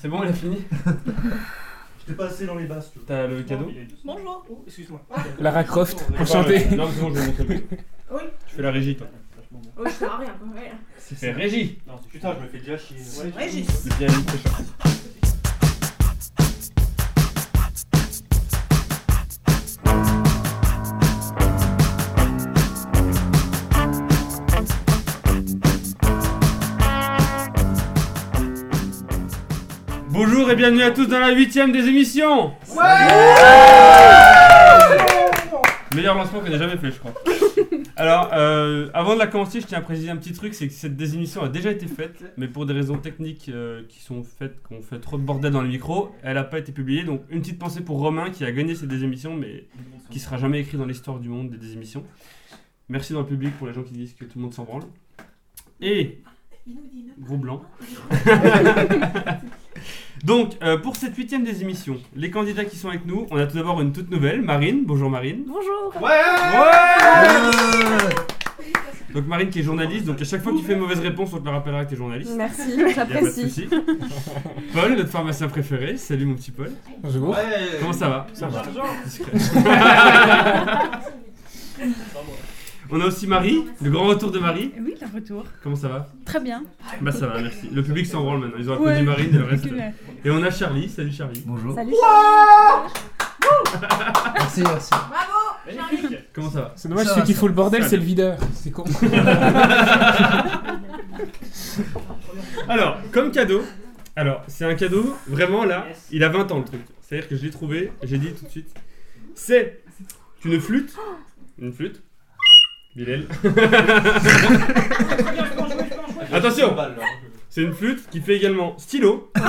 C'est bon, il a fini Je t'ai passé dans les basses, tu vois. T'as le cadeau Bonjour. Oh, excuse-moi. Ah. Lara Croft, Pas pour chanter. le- Non, c'est bon, je vais montrer plus. Oui. Tu fais la régie, toi. Oui, Oh, je sers à rien. quoi. Ouais. C'est régie Putain, je me fais déjà chier. C'est vrai, j'ai- Le pianiste, c'est chaud. Bonjour et bienvenue à tous dans la huitième des émissions Meilleur lancement qu'on ait jamais fait, je crois. Alors, euh, avant de la commencer, je tiens à préciser un petit truc, c'est que cette désémission a déjà été faite, mais pour des raisons techniques euh, qui sont faites, qu'on fait trop de bordel dans le micro, elle n'a pas été publiée. Donc, une petite pensée pour Romain qui a gagné ces désémissions, mais qui sera jamais écrit dans l'histoire du monde des désémissions. Merci dans le public pour les gens qui disent que tout le monde s'en branle. Et Il nous dit non. Gros blanc. Donc, euh, pour cette huitième des émissions, les candidats qui sont avec nous, on a tout d'abord une toute nouvelle, Marine. Bonjour Marine. Bonjour. Donc Marine qui est journaliste, donc à chaque fois que tu fais une mauvaise réponse, on te la rappellera que tu es journaliste. Merci, Y a pas de j'apprécie. souci. Paul, notre pharmacien préféré. Salut mon petit Paul. Bonjour. Comment ça va Ça va. Discret. On a aussi Marie, le grand retour de Marie. Eh Oui, le retour. Comment ça va Très bien. Bah ça va, merci. Le public s'en branle maintenant, ils ont Ouais. applaudi Marine et le reste. Et on a Charlie, salut Charlie. Bonjour. Salut. Merci, merci. Bravo. J'arrive. Comment ça va C'est dommage, Ça celui va, qui ça fout le bordel, Salut. c'est le videur. C'est con. Alors, comme cadeau, alors c'est un cadeau, vraiment là, il a 20 ans le truc. C'est-à-dire que je l'ai trouvé, j'ai dit tout de suite. C'est une flûte, une flûte, Bilal. Attention, hein. c'est une flûte qui fait également stylo. Un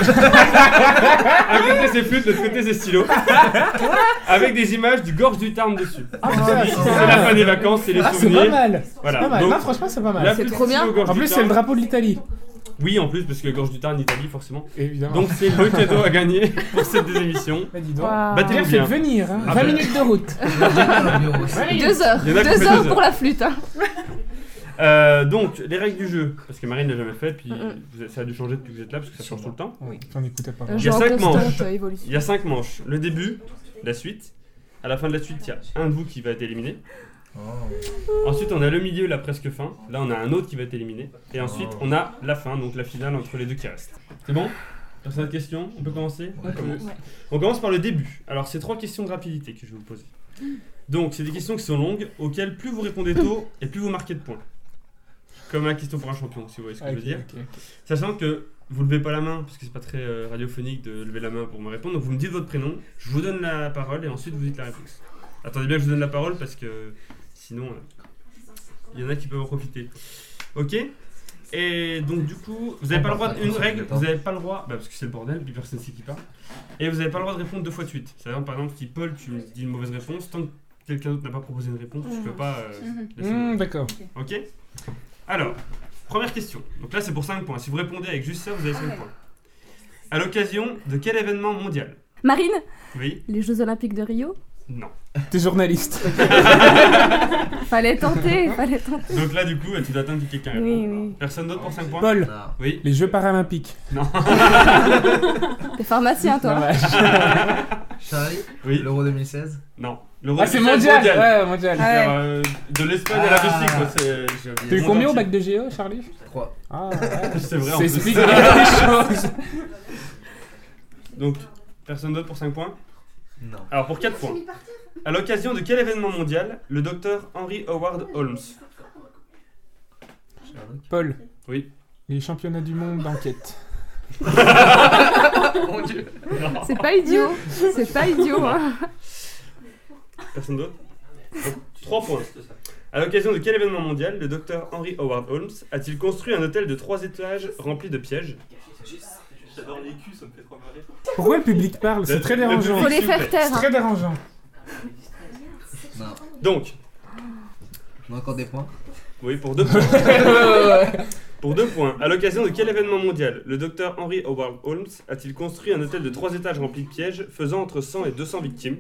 côté c'est flûte, l'autre côté c'est stylo. Avec des images du gorge du Tarn dessus. Ah, c'est la fin des vacances, c'est les Ah, c'est pas souvenirs. mal. C'est Voilà. pas mal. donc, Non, franchement, c'est pas la mal. C'est flûte trop bien. stylo gorge En du plus, c'est le Tarn. drapeau de l'Italie. Oui, en plus, parce que gorge du Tarn, Italie, forcément. Évidemment. Donc c'est le cadeau à gagner pour cette désémission. Bah, dis donc. Waouh. Bah, t'es- Bien fait de venir, hein. Ah 20 ben. minutes de route. Deux heures. Il y en a qui ont fait Deux heures deux pour la flûte. hein. Euh, donc les règles du jeu, parce que Marine n'a jamais fait, puis Mm-mm. vous avez- ça a dû changer depuis que vous êtes là, parce que ça change tout le temps. J'en écoutais pas. Euh, y a Genre cinq manches. constante euh, Il évolution. y a 5 manches. Le début, la suite. À la fin de la suite, il y a un de vous qui va être éliminé. Ensuite, on a le milieu, la presque fin. Là, on a un autre qui va être éliminé. Et ensuite, on a la fin, donc la finale entre les deux qui restent. C'est bon Personne de question On peut commencer on, commence. Ouais. on commence par le début. Alors, c'est trois questions de rapidité que je vais vous poser. Donc, c'est des questions qui sont longues, auxquelles plus vous répondez tôt et plus vous marquez de points. Comme la question pour un champion, si vous voyez ce que Ah, je veux dire. Sachant que vous levez pas la main, parce que c'est pas très euh, radiophonique de lever la main pour me répondre, donc vous me dites votre prénom, je vous donne la parole et ensuite vous dites la réponse. Attendez bien que je vous donne la parole parce que sinon, euh, il y en a qui peuvent en profiter. Ok Et donc du coup, vous n'avez pas le droit, une règle, vous n'avez pas le droit, bah, parce que c'est le bordel, puis personne sait qui parle, et vous n'avez pas le droit de répondre deux fois de suite. C'est-à-dire par exemple, si Paul, tu me dis une mauvaise réponse, tant que quelqu'un d'autre n'a pas proposé une réponse, tu peux pas... euh, laisser- Hum, D'accord. Ok Alors, première question. Donc là, c'est pour 5 points. Si vous répondez avec juste ça, vous Ah avez 5 points. À l'occasion de quel événement mondial Marine, Oui les Jeux Olympiques de Rio. Non. T'es journaliste. Fallait tenter, fallait tenter. Donc là, du coup, tu dois attendre que quelqu'un réponde. Oui, oui. Personne d'autre pour 5 points Paul, Oui. les Jeux Paralympiques. T'es pharmacien, Pas Ah, toi. mal. Charlie, Oui l'euro 2016. Non. Le Ah, c'est rugby mondial. Ouais, Ah, mondial. C'est-à-dire, euh, de l'Espagne à la Ah. Russie, quoi. C'est j'ai oublié T'as le eu monde combien au entier. bac de Géo, Charlie 3. Ah, ouais. C'est vrai, en Ça plus. explique des choses. Donc, personne d'autre pour 5 points Non. Alors, pour 4 points. À l'occasion de quel événement mondial le docteur Henry Howard Holmes Sherlock. Paul. Oui. Les championnats du monde d'enquête. C'est pas idiot. C'est pas idiot. hein. Personne d'autre 3 points. À l'occasion de quel événement mondial le docteur Henry Howard Holmes a-t-il construit un hôtel de 3 étages rempli de pièges J'adore les culs, ça me fait trop marrer. Pourquoi le public parle C'est très Le- le dérangeant. Faut public, les s'il vous faire plaît. C'est taire. hein. très dérangeant. Non. Donc, Je mets encore des points. oui, pour 2 points. pour 2 points. À l'occasion de quel événement mondial le docteur Henry Howard Holmes a-t-il construit un hôtel de 3 étages rempli de pièges faisant entre 100 et 200 victimes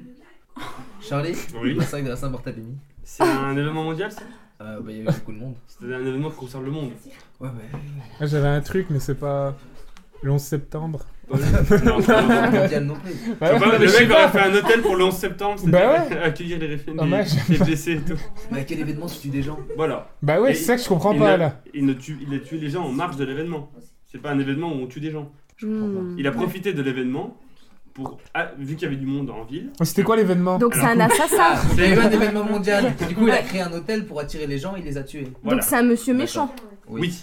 Charlie, Oui. le massacre de la Saint-Barthélemy. C'est un événement mondial ça Euh, bah, il y avait beaucoup de monde. C'était un événement qui concerne le monde. Ouais, mais. Ah, J'avais un truc, mais c'est pas. Le 11 septembre. Non, non, non. mondial non plus. Ah Ouais, Je sais ouais, pas, mais le je sais mec aurait pas. fait un hôtel pour le 11 septembre, c'est Bah accueillir les réfugiés, Dommage. les blessés et tout. Mais à quel événement tu tues des gens Voilà. Bah Et ouais, c'est ça que je comprends il pas a- là. Il, ne tue, il a tué les gens en marge de l'événement. C'est pas un événement où on tue des gens. Hmm. Mm. Il a profité de l'événement pour. ah, vu qu'il y avait du monde en ville. Oh, C'était quoi l'événement Donc c'est un assassin. Ah, il y a eu un événement mondial. Du coup, il a créé un hôtel pour attirer les gens, il les a tués. Voilà. Donc c'est un monsieur méchant. Oui.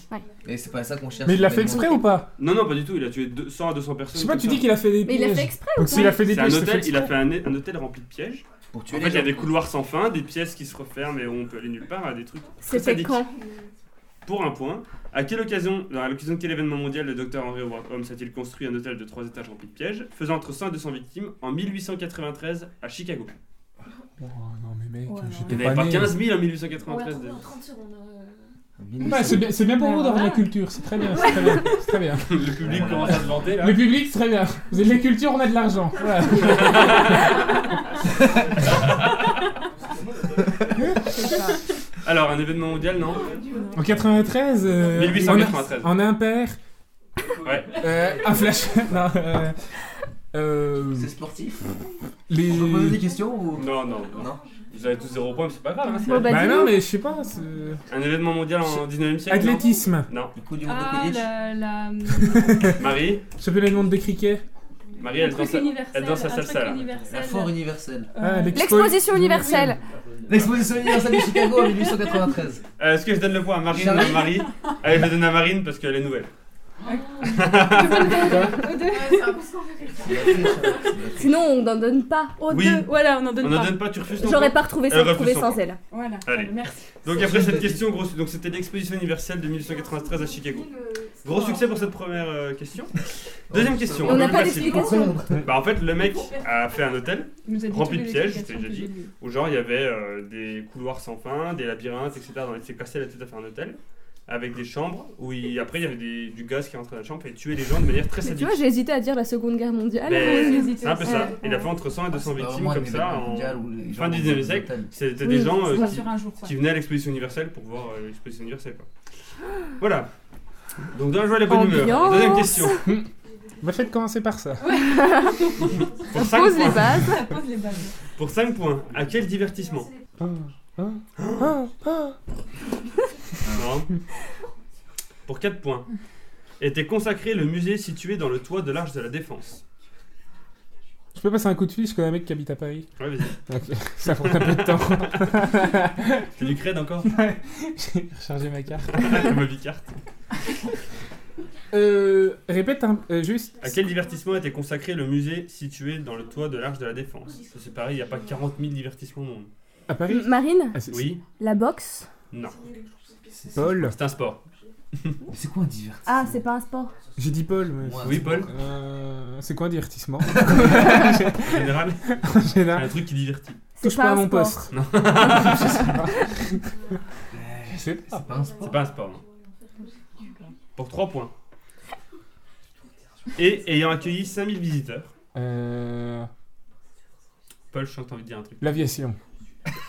Mais c'est pas ça qu'on cherche. Mais il l'a fait exprès ou pas Non, non, pas du tout. Il a tué 100 à 200 Je personnes. sais pas, comme tu ça. dis qu'il a fait des Mais il a fait pièges. exprès ou Donc s'il a pas fait des C'est un pièges, c'est fait hôtel, il a exprès. fait un, un hôtel rempli de pièges. Pour tuer En fait, les il y a gens. des couloirs sans fin, des pièces qui se referment et où on peut aller nulle part, des trucs. très C'était sadiques. quand Pour un point, à quelle occasion, à l'occasion de quel événement mondial le docteur Henry Howard Holmes a-t-il construit un hôtel de 3 étages rempli de pièges, faisant entre 100 et 200 victimes en 1893 à Chicago Oh non mais mec, Ouais, Il j'étais n'y en avait pas pas né. 15 000 en Ouais, 1893. attendez, en 30 secondes. euh, Ah, Bah, c'est bien, c'est bien pour vous d'avoir de la culture, c'est très bien, c'est très bien, c'est très bien. Le public commence à se vanter là. Le public, c'est très bien. Vous avez de la culture, on a de l'argent. Voilà. Alors, un événement mondial, non En 93, euh, 1893. en impair, Ouais. euh, un flash, non, euh, euh, C'est sportif les. On peut poser des questions ou. Non, non, non. Non. Vous avez tous zéro point, mais c'est pas grave. hein, c'est- Bon, Bah dis-nous. non, mais je sais pas. c'est- euh, Un événement mondial en 19 e siècle non Athlétisme, Non. Le coup du monde Ah, de Quidditch la, la, Marie championnat du monde de cricket. Marie, elle un truc danse à- universel, elle danse à un truc salsa, là. universel. La foire universelle. Ah, l'expo- L'exposition universelle. L'exposition universelle de Chicago en 1893. Euh, Est-ce que je donne le point à Marine euh, Charlie Marie Allez, je le donne à Marine parce qu'elle est nouvelle. Ouais, c'est un peu ça. Sinon, on n'en donne pas. Au Oui. Euh, deux. Voilà, on en donne On pas. ne donne pas, tu refuses ton J'aurais pas point retrouvé Elle sans retrouver refuse son sans elle. Voilà, Allez. merci. Donc après cette question, gros, donc c'était l'exposition universelle de 1893 à Chicago. Gros succès pour cette première euh, question. Deuxième question. Et on n'a plus pas facile. d'explication. Bah en fait le mec a fait un hôtel Il nous a dit Rempli de toutes les pièges, explications je t'ai que déjà j'ai eues. où genre il y avait euh, des couloirs sans fin, des labyrinthes, etc. Dans les cassé la tête à faire un hôtel avec des chambres où il- après il y avait des- du gaz qui rentrait dans la chambre et tuait les gens de manière très Mais sadique. tu vois, j'ai hésité à dire la Seconde Guerre mondiale. Mais j'hésitais c'est un peu aussi. ça. Ouais, Il a fait ouais. entre 100 et 200 C'est pas victimes vraiment un comme ça. événement en- mondial où les fin gens du vont dans 19e des siècle. hôtels. C'était Oui, des gens euh, Soit qui, sur un jour, quoi. qui venaient à l'exposition universelle pour voir euh, l'exposition universelle. Quoi. Voilà. Donc dans la joie et la bonne Ambiance. humeur. Deuxième question. Bah faites commencer par ça. Pour on 5 pose les points. bases. Ça pose les balles. Pour 5 points. À quel divertissement Ah, Non. Pour 4 points. Était consacré le musée situé dans le toit de l'Arche de la Défense. Je peux passer un coup de fil, je connais un mec qui habite à Paris. Ouais, vas-y. Ok, ça prend un peu de temps. C'est du cred encore Ah, J'ai rechargé ma carte. Comme Vicarte. Euh, répète un, euh, juste. À quel divertissement était consacré le musée situé dans le toit de l'Arche de la Défense Ça, C'est pareil, il n'y a pas 40 000 divertissements au monde. À Paris Marine, Ah, c'est- Oui la boxe. Non. c'est Paul. C'est un sport. C'est quoi un divertissement Ah, c'est pas un sport. J'ai dit Paul, mais. Ouais, Oui, c'est Paul bon. Euh, c'est quoi un divertissement En général, En général. un truc qui divertit. C'est Touche pas, à un mon sport. poste. Non. je sais pas. Je sais pas. C'est pas un sport. C'est pas un sport. non. Pour 3 points. Et ayant accueilli 5000 visiteurs, Euh, Paul, je sens que t'as envie de dire un truc. L'aviation.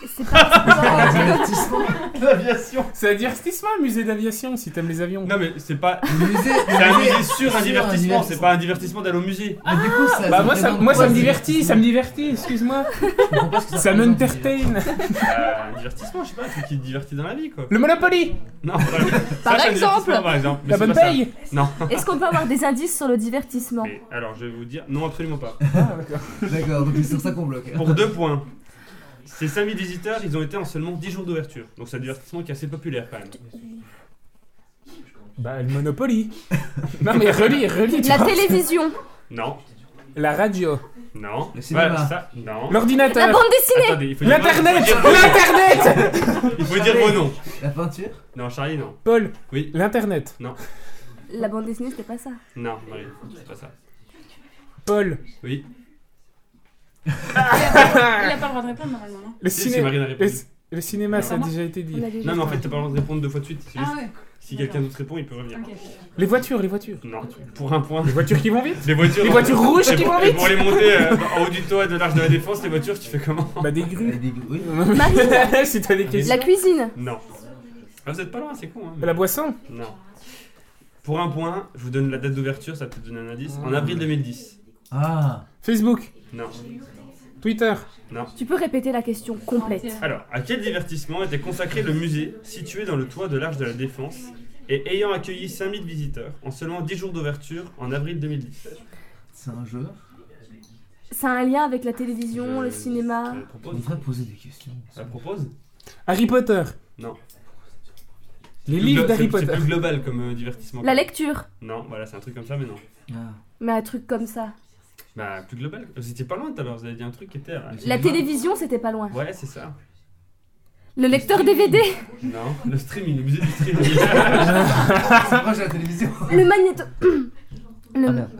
C'est pas un sport. L'aviation C'est un divertissement, un musée d'aviation, si t'aimes les avions. Non, mais c'est pas. Le musée- le C'est un musée- musée sur un divertissement, c'est pas un divertissement d'aller au musée. Mais ah, du coup, ça. bah moi ça, moi, ça me divertit, divertit, ça me divertit, excuse-moi. me. Ça m'entertain. Euh, un divertissement, je sais pas, un truc qui te divertit dans la vie, quoi. Le Monopoly, Non, voilà. Ça, c'est un exemple. divertissement, Par exemple. Mais la c'est bonne pas ça. paye. Non. Est-ce qu'on peut avoir des indices sur le divertissement Mais, alors, je vais vous dire, non, absolument pas. D'accord, donc c'est sur ça qu'on bloque. Pour 2 points. Ces 5000 visiteurs, ils ont été en seulement 10 jours d'ouverture. Donc, c'est un divertissement qui est assez populaire quand même. Bah le Monopoly. non mais relis, relis. tu La vois. télévision, Non, La radio. non. Le cinéma. Voilà, ça, non. la L'ordinateur. bande dessinée, Attendez, il faut dire- L'internet. il faut dire- L'internet. Il faut dire vos noms. La peinture Non, Charlie, non. Paul. Oui. L'internet. la bande dessinée, c'était pas ça. Non, Marie, c'est pas ça. Paul. Oui, Il a pas le droit de répondre normalement, non Le, si, si cinéma. Marine a le, répondu. le cinéma, ça a Comment déjà été dit. On a déjà Non, mais en fait, t'as pas le droit de répondre deux fois de suite. C'est juste, Ah ouais, si quelqu'un d'autre répond, il peut revenir. ok. Les voitures, les voitures. Non, pour un point. Les voitures qui vont vite Les voitures, Les voitures rouges Et qui pour, vont et vite pour les monter euh, en haut du toit de l'Arche de la Défense, les voitures, tu fais comment Bah des Elle est grues. dégueu. Oui. Marie. si t'as des questions. La cuisine, Non. Ah, vous êtes pas loin, c'est con. Hein, mais- La boisson Non. Pour un point, je vous donne la date d'ouverture, ça peut donner un indice. En avril 2010. Ah, Facebook, Non. Twitter, Tu peux répéter la question complète. Alors, à quel divertissement était consacré le musée situé dans le toit de l'Arche de la Défense et ayant accueilli 5000 visiteurs en seulement 10 jours d'ouverture en avril 2010 c'est un jeu. Ça a un lien avec la télévision, le cinéma. Elle On propose devrait poser des questions. Elle propose Harry Potter. Non. Les Plus livres glo- d'Harry c'est- Potter. C'est plus global comme euh, divertissement. La lecture. Non, voilà, c'est un truc comme ça, mais non. Ah, Mais un truc comme ça. Bah, plus global. Vous étiez pas loin tout à l'heure, vous avez dit un truc qui était. à- le La cinéma. télévision, c'était pas loin. Ouais, c'est ça. Le lecteur DVD. Non, le streaming, le musée du streaming. C'est proche de la télévision. Le magnéto... Le- Ah, merde.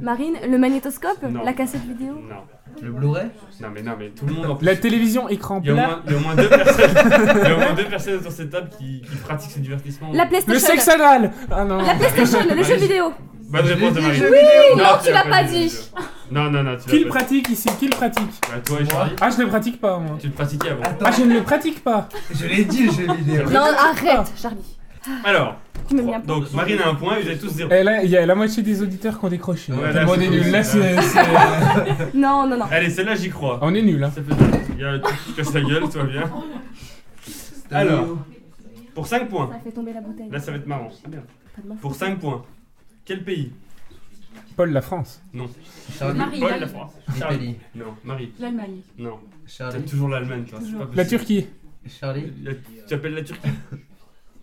Marine, le magnétoscope, Non. la cassette vidéo. non, Le Blu-ray non, mais non, mais tout le monde en plus. La télévision écran Il y, a au plat. moins, il y a au moins deux personnes, il y a au moins deux personnes autour de cette table qui, qui pratiquent ce divertissement. La Le PlayStation. sexe anal. Ah non. La PlayStation, le jeu vidéo. Bonne réponse de dit, Marie. jeu Oui, non, tu l'as pas dit. Non, non, non, tu Qui l'as le pas pratique ici Qui le pratique dit. Bah, toi et Charlie, Ah, je le pratique pas moi. tu le pratiquais avant. Ah, Attends, je ne le pratique pas. je l'ai dit le jeu vidéo. Non, arrête, Charlie. Alors, Tu me mets un donc Marine a un point et vous avez tous zéro. Et là, il y a la moitié des auditeurs qui ont décroché. Ouais, là, Tellement on c'est est nuls. cool, Là, c'est- euh, c'est. c'est- Non, non, non. Allez, celle-là, j'y crois. On est nuls. Hein. Ça fait mal. Il y a tout qui casse la gueule, tout va bien. Alors, pour 5 points, Ça fait tomber la bouteille. là ça va être marrant. Ah, merde. Pas de ma faute. Pour 5 points, quel pays Paul, la France. Charlie, Marie, Paul, l'Allemagne. la France. Charlie. Italie, Non, Marie. L'Allemagne. Non. T'as Charlie, toujours l'Allemagne, toi. c'est pas Toujours. possible. La Turquie. Charlie, La- Tu appelles la Turquie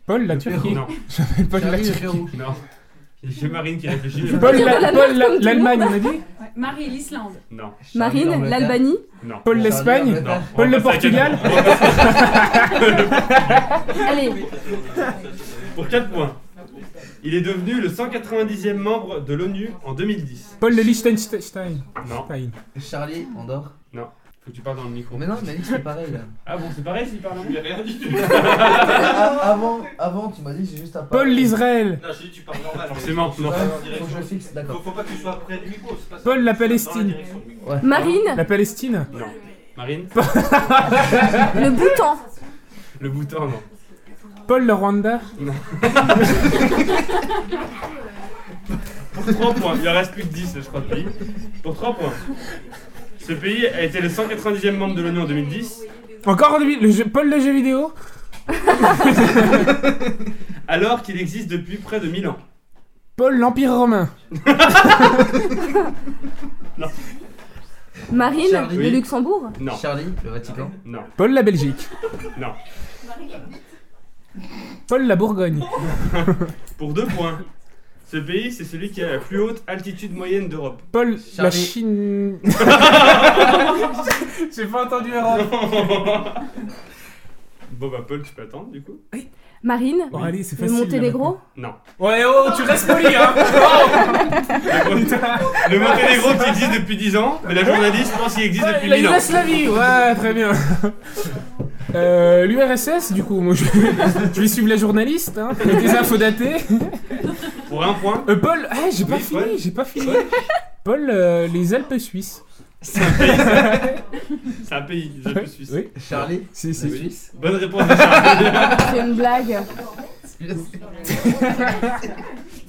Paul, la Turquie. Non, Paul, la Charlie, le Turquie. Pérou. non. J'ai Marine qui réfléchit. Paul, Paul, la- la- Paul, la- l'Allemagne, on a dit Ouais. Marie, l'Islande. Non, Charlie, Marine, l'Angleterre. l'Albanie. non. Paul, Charlie, l'Espagne Non. l'Angleterre. Paul, On va le passer à quatre points. Allez, Pour 4 points. Il est devenu le 190e membre de l'ONU en 2010. Paul, le Liechtenstein. Non, Stein. Charlie, Andorre. faut que tu parles dans le micro. Mais non, mais Alix, c'est pareil là. Ah bon, c'est pareil s'il parle en anglais Ah, Avant, avant, tu m'as dit j'ai juste un Paul, l'Israël. Non, j'ai dit, tu parles normal. Forcément, non. en Ouais, Faut que je direction. le fixe, Faut, d'accord. faut pas que tu sois près du micro, c'est pas ça. Paul, la Dans Palestine. direction du micro. Ouais. Marine, La Palestine Non. Marine le Bhoutan. Le bouton, non. Paul, le Rwanda Pour 3 points, il en reste plus que 10, là, je crois, de pays. Pour 3 points. Ce pays a été le 190e membre de l'ONU en 2010, Encore en 2000, le jeu- Paul, le jeu vidéo alors qu'il existe depuis près de 1000 ans. Paul, l'Empire romain Marine, Charlie. le Luxembourg. Non, Charlie, le Vatican. non, Paul, la Belgique non. Paul, la Bourgogne Pour 2 points, ce pays, c'est celui qui a la plus haute altitude moyenne d'Europe. Paul, la Charlie. Chine J'ai pas entendu erreur Bon, bah, Paul, tu peux attendre, du coup Marine, Bon, allez, c'est le facile. hein. Monténégro. Non. Ouais, oh, tu restes poli, hein Le Monténégro qui existe depuis 10 ans, mais la journaliste pense qu'il existe Ouais, depuis La 1000 ans. Yougoslavie Ouais, très bien Euh, L'URSS, du coup, moi je, je vais suivre la journaliste, hein, il y a des infos datées. Pour un point, Euh, Paul, ah, j'ai pas Oui, Paul. fini, j'ai pas fini. Paul. Paul, euh, les Alpes suisses. c'est un pays. C'est un pays, les Alpes suisses. Oui, Charlie, si, le si. Suisse. Bonne réponse de Charles. C'est une blague.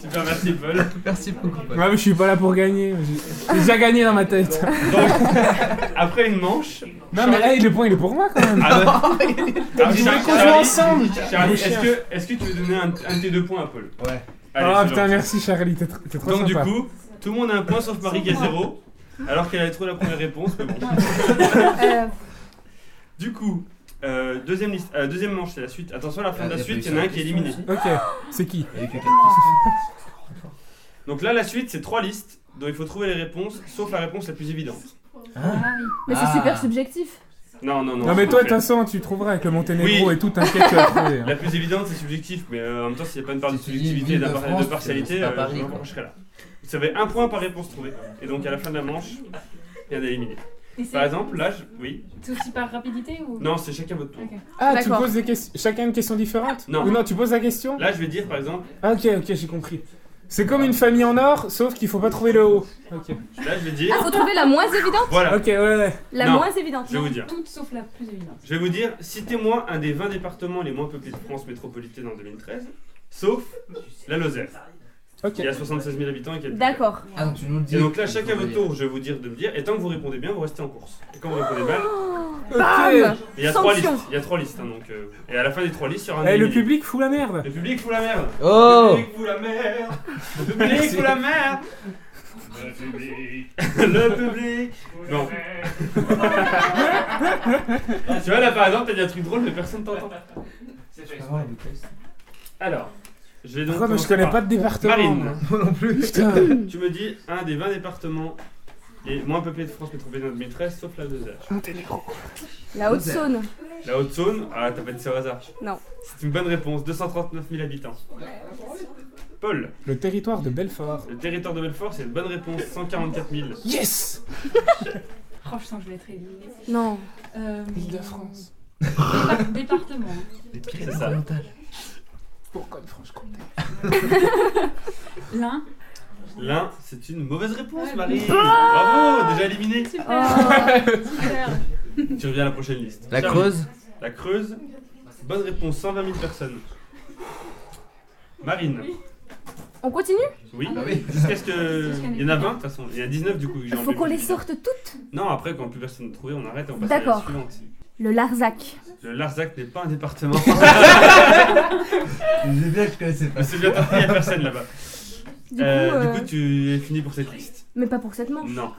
Super, merci Paul. Merci beaucoup. Paul. Ouais, mais je suis pas là pour gagner. J'ai j'ai déjà gagné dans ma tête. Donc, après une manche. Non, mais hey, le point il est pour moi quand même. Ah bah- Ah, Je voulais Charlie, qu'on joue Charlie, ensemble. Charlie, est-ce que, est-ce que tu veux donner un, un de tes deux points à Paul Ouais. Allez, oh c'est putain, bon. merci Charlie, t'es tr- t'es trop Donc, du sympa. coup, tout le monde a un point sauf Marie qui a zéro. Alors qu'elle avait trouvé la première réponse, mais bon. Euh, Du coup, euh, deuxième, liste, euh, deuxième manche, c'est la suite. Attention, à la fin de Ah, la y a suite, pas il eu y en a un cinq qui est éliminé. questions Ok, c'est qui Il y a eu que quatre questions. Donc là, la suite, c'est trois listes dont il faut trouver les réponses, sauf la réponse la plus évidente. mais c'est Ah. super subjectif. Non, non, non. Non, mais toi, de c'est- toute façon, tu trouveras avec le Monténégro Oui. et tout, t'inquiète, tu vas trouver. hein. La plus évidente, c'est subjectif, mais euh, en même temps, s'il n'y a pas une part de Si tu dis subjectivité et ville d'un de par- de, France, partialité, c'est pas euh, Paris, je me quoi. pencherai là. Vous avez un point par réponse trouvée, et donc à la fin de la manche, il y en a éliminé. Et c'est- Par exemple, là, je- oui. C'est aussi par rapidité ou Non, c'est chacun votre tour. Ok. Ah, tu D'accord. poses des questions, chacun une question différente Non. Ou non, tu poses la question Là, je vais dire, par exemple, Ah, Ok, ok, j'ai compris. C'est comme une famille en or, sauf qu'il faut pas trouver le haut. Ok, là, je vais Ah, dire, faut trouver la moins évidente. voilà, ok, ouais, ouais. La Non. moins évidente. je vais vous dire. Toutes sauf la plus évidente. Je vais vous dire, citez-moi un des 20 départements les moins peuplés de France métropolitaine en 2013, sauf la Lozère. Ok. qui a 76 000 habitants et qui a- D'accord. Ah, donc tu nous le dis. Et donc là, chacun à veut votre tour, je vais vous dire de me dire. Et tant que vous répondez bien, vous restez en course. Et quand vous répondez mal, Ok. il y a trois listes. Sanction. Il y a trois listes. hein, donc, euh, et à la fin des trois listes, il y aura un Eh, le éliminé. public fout la merde. Le public fout la merde. Oh Le public fout la merde. Le public fout la merde. Le public. Non. tu vois là par exemple, t'as dit un truc drôle mais personne t'entend. C'est fait. Oh. Avant, il le teste. Alors, je vais donc. Pourquoi moi, je commencer connais par- pas de département. Marine. moi. Moi non plus. Putain. Tu me dis un des 20 départements les moins peuplés de France métropolitaine de 2013, sauf la 2H. La Haute-Saône. La Haute-Saône, ah, t'as pas dit ça au hasard. Non. C'est une bonne réponse, 239 000 habitants. Paul, Le territoire de Belfort. le territoire de Belfort, c'est une bonne réponse, 144 000. Yes Oh, je sens que je vais être éliminée. Non. Euh, Île-de-France. départ- Département. Les C'est Pyrénées ça. orientales. Pourquoi une Franche-Comté L'un. L'un, c'est une mauvaise réponse, Marie. Bravo, déjà éliminé. Super. Super. Tu reviens à la prochaine liste. La Charlie. Creuse. La Creuse, bonne réponse, 120 000 personnes. Marine, Oh. On continue oui. Ah oui. Qu'est-ce que. Euh, Il y en a 20 de toute façon, il y en a 19 du coup. j'ai Il faut enlevé qu'on le les leader. sorte toutes. Non, après, quand plus personne ne trouvait, on arrête et on passe à la D'accord. suivante. Le Larzac. Le Larzac n'est pas un département. Je sais bien que je connaissais pas. Mais c'est bien tenté, il n'y a personne là-bas. Du Euh, coup, euh, du coup, tu es fini pour cette liste. mais pas pour cette manche. Non.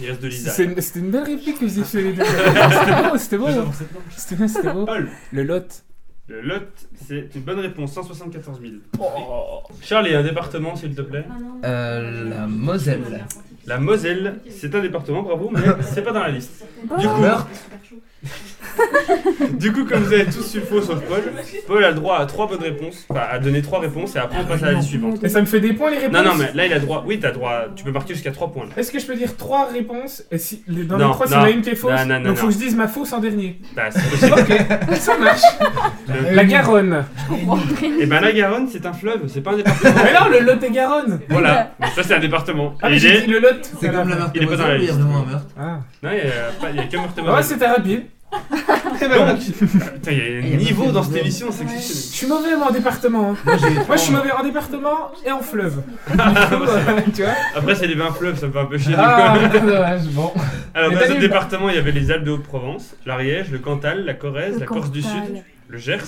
Il reste de Lisa. C'est une- C'était une belle réplique que vous avez fait les deux. C'était beau, c'était beau. Déjà hein. pour cette manche. C'était bien, c'était beau. Paul, Le Lot. le Lot, c'est une bonne réponse, 174 000. Oh. Charlie, un département, s'il te plaît. Ah Euh, la Moselle. La Moselle, c'est un département, bravo, mais c'est pas dans la liste. Oh. Du coup, Meurthe. Du coup, comme vous avez tous su faux sauf Paul, Paul a le droit à trois bonnes réponses, enfin à donner trois réponses et après on passe à la liste suivante. Et ça me fait des points les réponses Non, non, mais là il a droit, oui, t'as droit, à- tu peux marquer jusqu'à trois points là. Est-ce que je peux dire trois réponses Et si, les- dans Non, les trois, s'il y non. en a une qui est fausse, Non, non, non, donc faut non. que je dise ma fausse en dernier. Bah, c'est possible. Ça marche. Le- Euh, La Garonne. Et ben la Garonne, c'est un fleuve, c'est pas un département. Mais non, le Lot et Garonne. Voilà, Donc ça c'est un département. Ah, Et mais il j'ai est. dit le Lot. C'est comme la meurthe Il est pas dans la il y a liste. vraiment un meurtre. Ah, Non, il y a, pas- il y a que meurthe et Ah ouais, Ah, Moselle. c'était rapide. Donc, putain, il y a un Et niveau Moselle, dans cette Moselle. émission, c'est Ouais. Je exceptionnel. suis mauvais moi en département. hein. Moi, j'ai- Moi, je suis mauvais en département et en fleuve. Du coup, tu vois Après, c'est les 20 fleuves, ça me fait un peu chier. du coup. Ah, dommage, bon. Alors, Mais dans t'as ce dit- département, il y avait les Alpes de Haute-Provence, l'Ariège, le Cantal, la Corrèze, la Corse du Sud, le Gers,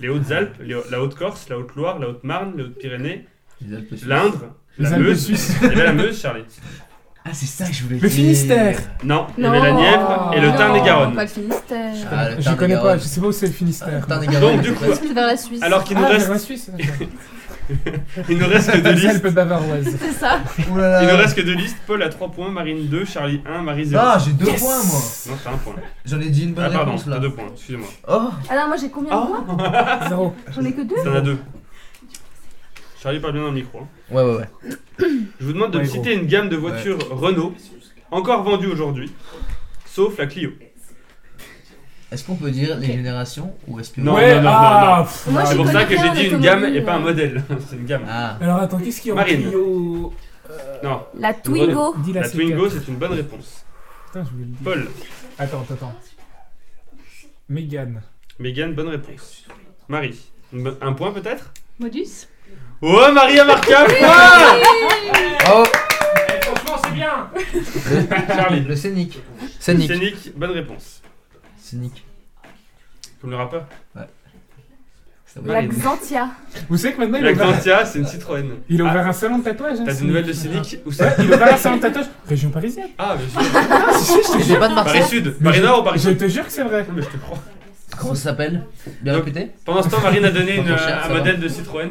les Hautes-Alpes, les- la Haute-Corse, la Haute-Loire, la Haute-Marne, les Hautes-Pyrénées, Les Alpes suisses. l'Indre, Les la Alpes Meuse. suisses. Il y avait la Meuse, Charlie. Ah, c'est ça que je voulais dire. Le Finistère. Non, il y avait la Non. Nièvre et le Non, Tarn-et-Garonne. Pas le Finistère. Ah, le Je Tarn et connais pas, Garonne. je sais pas où c'est le Finistère. Tarn et Donc, Garonne, du je coup, sais pas. C'est vers la Suisse. alors qu'il nous Ah, reste, la Suisse. il nous reste que deux Les listes. Alpes bavaroises. C'est ça. si- Ouh Oh là Il nous là. reste que deux listes. Paul a 3 points, Marine 2, Charlie 1, Marie 0. Ah, j'ai deux points, moi. Non, c'est un point. J'en ai dit une bonne Ah, pardon, réponse, t'as là. deux points, excusez-moi. Oh, Alors moi j'ai combien Ah. de points Zéro. J'en ai que deux. T'en as deux. Charlie parle bien dans le micro. hein. ouais, ouais, ouais. Je vous demande de me Ouais, citer une gamme de voitures Renault, encore vendues aujourd'hui, sauf la Clio. Est-ce qu'on peut dire les générations ou est-ce que. Non, ouais, non, non, ah, non, pff, Moi, ouais. C'est j'y pour ça connais que j'ai rien dit en une gamme et automobile. pas un modèle. C'est une gamme. Ah, Alors attends, qu'est-ce qu'il y a en Marine. Clio Non, La Twingo. Dis la c'est Twingo, quatre. c'est une bonne réponse. Putain, je voulais le dire. Paul, Attends, attends, attends. Mégane. Mégane, bonne réponse. Marie, une bo- un point peut-être Modus. Oh, Marie a marqué un point Oh, Eh, Franchement, c'est bien. Charlie, le scénic. Scénic. Scénic, bonne réponse. Scénic. Comme le rappeur. Ça La va. Marine. Xantia. Vous savez que maintenant, il a La ouvert, Quantia, c'est une Citroën. bah. il a Ah, ouvert un salon de tatouage. hein, T'as des Scénic. nouvelles de Scénic Où Ouais, ça Il a ouvert un salon de tatouage. Région parisienne. Ah, bien sûr. J'ai pas de Paris Marseille. Sud, Paris Nord ou Paris Je Sud te jure que c'est vrai. Mais je te crois. Comment ça s'appelle Bien Donc- répété Pendant ce temps, Marine a donné une, euh, Pas trop cher, un ça va. modèle de Citroën.